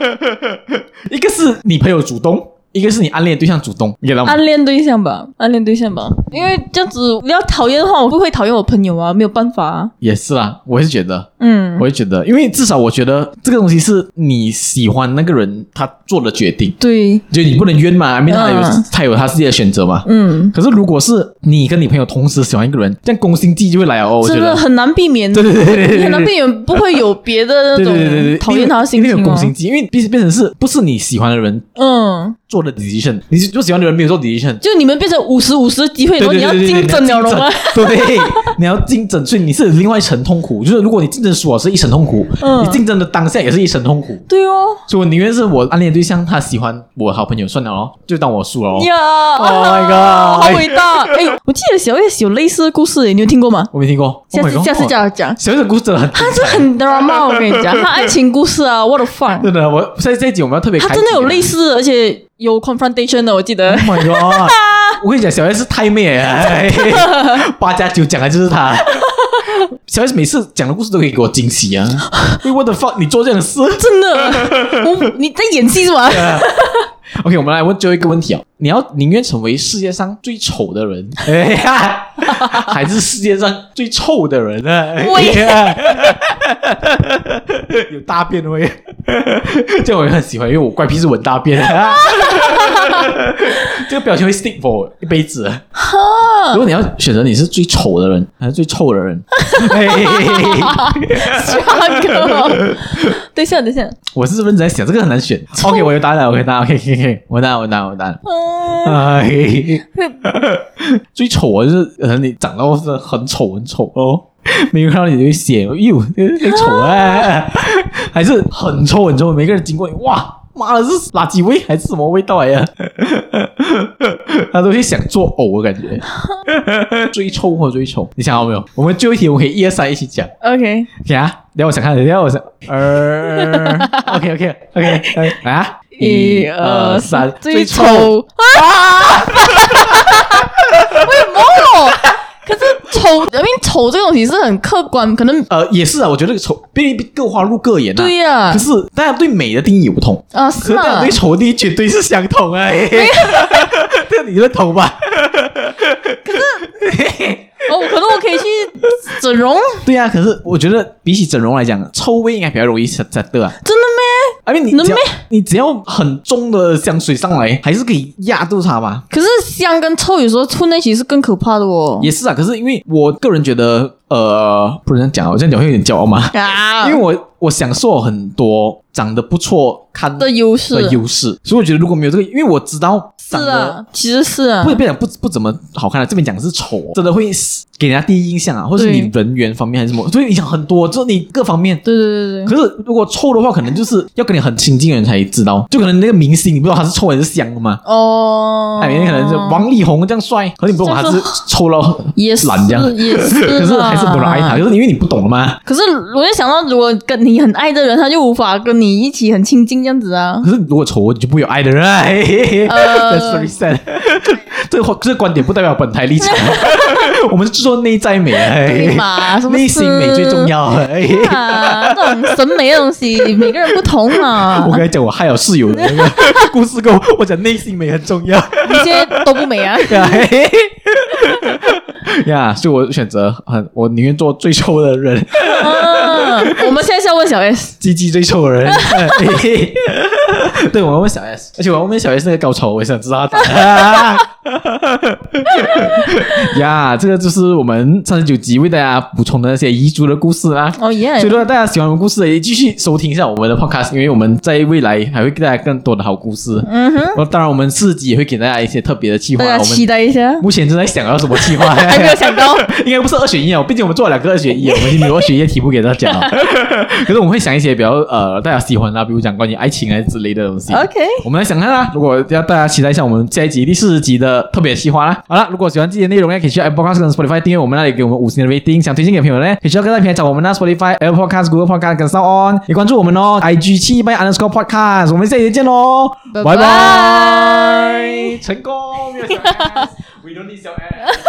S1: 一个是你朋友主动，一个是你暗恋对象主动，你知道吗？
S2: 暗恋对象吧，暗恋对象吧，因为这样子你要讨厌的话，我不会讨厌我朋友啊，没有办法啊。
S1: 也是啦，我也是觉得，
S2: 嗯
S1: 我，也觉得，因为至少我觉得这个东西是你喜欢那个人他做的决定，
S2: 对，
S1: 就你不能冤嘛，因为他有、
S2: 嗯
S1: 他有他自己的选择嘛。
S2: 嗯，
S1: 可是如果是你跟你朋友同时喜欢一个人，这样攻心计就会来了哦，我觉
S2: 真的
S1: 得。
S2: 很难避免，
S1: 对对对对对对
S2: 你很难避免不会有别的那
S1: 对对对对对，
S2: 种 讨厌他的
S1: 一
S2: 心
S1: 定有
S2: 情
S1: 攻
S2: 哦。
S1: 心计，因为变变成是不是你喜欢的人
S2: 嗯，
S1: 做的 decision，你就喜欢的人没有做 decision，
S2: 就你们变成五十五十的机会，然后
S1: 对
S2: 你要竞争了，懂吗？？
S1: 对对对对你要竞争对，你要竞争，所以你是另外一层痛苦。就是如果你竞争输了是一层痛苦，
S2: 嗯
S1: 你竞争的当下也是一层痛苦。
S2: 对哦，
S1: 所以我宁愿是我暗恋对象他喜欢我好朋友，算了哦，就当我输了哦。
S2: 呀
S1: Oh my god
S2: 好伟大！哎，我记得小叶有类似的故事，你有听过吗？
S1: 我没听过，
S2: 下
S1: Oh my
S2: 次
S1: god，
S2: 下次叫他讲，
S1: 小月的故事真的很精
S2: 他是
S1: 彩，
S2: 很 drama，我跟你 讲，他爱情故事啊，我的 fuck，
S1: 真的，我在这一集我们要特别开
S2: 他
S1: 启，
S2: 真的有类似，而且有 confrontation 的，我 记得
S1: Oh my god！我跟你讲，小 S 太妹了，哎八加九讲的就是 她。小 S 每次讲的故事都可以给我惊喜啊！喂，what the fuck？你做这样的事？
S2: 真的，我你在演戏是吗？
S1: OK，我们来问最后一个问题啊、哦，你要宁愿成为世界上最丑的人， 哎呀，还是世界上最臭的人呢？哎
S2: 喂
S1: 呀 有大便味， 这样我也很喜欢，因为我怪癖是闻大便。 这个表情会 stick for 一辈子。如果你要选择你是最丑的人还是最臭的 人，哎
S2: 下个，等一下，等一下，
S1: 我是认真在想，这个很难选。OK，我有答案了，我有答案，OK，OK，OK，我有答案，我有答案，我有答案。
S2: 嗯，
S1: 哎， 最丑啊，就是可能你长到是很丑很丑哦，没有看到你就会写，哟，这个太丑啊，还是很臭很臭，每个人经过你，哇，妈的是垃圾味还是什么味道来呀？他都会想作呕，我感觉。追抽或追抽，你想好没有？我们最后一题，我们可以一二三一起讲。
S2: OK，
S1: 给啊，等一下我想看，等一下我想，呃，OK OK OK，来啊，
S2: 一二
S1: 呃三，
S2: 最丑
S1: 臭
S2: 啊！ 为什么？可是丑，因为丑这个东西是很客观，可能
S1: 呃，也是啊，我觉得这个丑，别人各花入各眼啊。
S2: 对呀
S1: 可是大家对美的定义不同，
S2: 啊
S1: 可是
S2: 是
S1: 大家
S2: 啊
S1: 对，丑的定义绝对是相同啊。嘿嘿 这你认同吧？
S2: 哦，可能我可以去整容，
S1: 对啊，可是我觉得比起整容来讲，臭味应该比较容易杀杀的啊。
S2: 真的咩？
S1: 而且你
S2: 能
S1: 只要
S2: 咩
S1: 你只要很重的香水上来，还是可以压住它吧？
S2: 可是香跟臭有时候混在一起是更可怕的哦。
S1: 也是啊，可是因为我个人觉得，呃，不能这样讲啊，我这样讲会有点骄傲嘛。
S2: 啊，
S1: 因为我我享受很多长得不错看
S2: 的优势
S1: 的优势，所以我觉得如果没有这个，因为我知道
S2: 是
S1: 长得
S2: 啊，其实是啊
S1: 不，别讲不不怎么好看的，这边讲的是丑，哦真的会给人家第一印象啊，或是
S2: 对
S1: 你人缘方面还是什么，所以影响很多，就是你各方面。
S2: 对对对对，
S1: 可是如果臭的话，可能就是要跟你很亲近的人才知道，就可能那个明星你不知道他是臭还是香的嘛。
S2: 哦，
S1: 哎，你可能是王力宏这样帅，可是你不懂他是臭到
S2: 也是
S1: 懒这样，
S2: 也是 啦，
S1: 可是还是不能啊爱他，就是因为你不懂了嘛。
S2: 可是我就想到，如果跟你很爱的人，他就无法跟你一起很亲近这样子啊。
S1: 可是如果丑，你就不会有爱的人啊。嘿嘿嘿
S2: 呃
S1: That's very sad 这个话这个观点不代表本台立场， 我们是做内在美啊，嘿嘿
S2: 对嘛？什么
S1: 内心美最重。要。哎嘿嘿
S2: 啊，这种审美的东西，每个人不同啊嘛
S1: 我。刚才讲我害我室友的 那个故事，跟我我讲内心美很重要。
S2: 你现在都不 美啊。
S1: 呀，嘿嘿呀，所以我选择很，我宁愿做最臭的人，
S2: 嗯，我们现在是要问小 S，
S1: 鸡鸡最臭的人。嘿嘿 对，我要问小 S，而且我要问小 S 那个高潮，我也想知道他长。 呀，这个就是我们三十九集为大家补充的那些彝族的故事啦。
S2: 哦耶
S1: 所以，如果大家喜欢我们故事，也继续收听一下我们的 podcast，因为我们在未来还会给大家更多的好故事。嗯哼，啊然后当然我们自己也会给大家一些特别的计划。
S2: 大家
S1: 我
S2: 期
S1: 们
S2: 待一下。
S1: 目前正在想要什么计划，
S2: 还没有想到，
S1: 应该不是二选一啊，毕竟我们做了两个二选一啊，我们已经没有二选一的题目给大家了。 可是我们会想一些比较呃大家喜欢的，比如讲关于爱情啊之类的东西。
S2: OK，
S1: 我们来想看啦，如果要大家期待一下我们下一集第四十集的特别计划啦。好啦，如果喜欢这些内容呢，可以去 Apple Podcast 跟 Spotify 订阅我们那里给我们五星的 rating。想推荐给朋友呢，可以去到各大平台找我们的 Spotify、Apple Podcast、Google Podcast 跟 Sound On，也关注我们哦，IG 七一八 underscore podcast。我们下一集见喽，
S2: 拜拜
S1: 拜拜，成功，没有小 S，We don't need 小 S。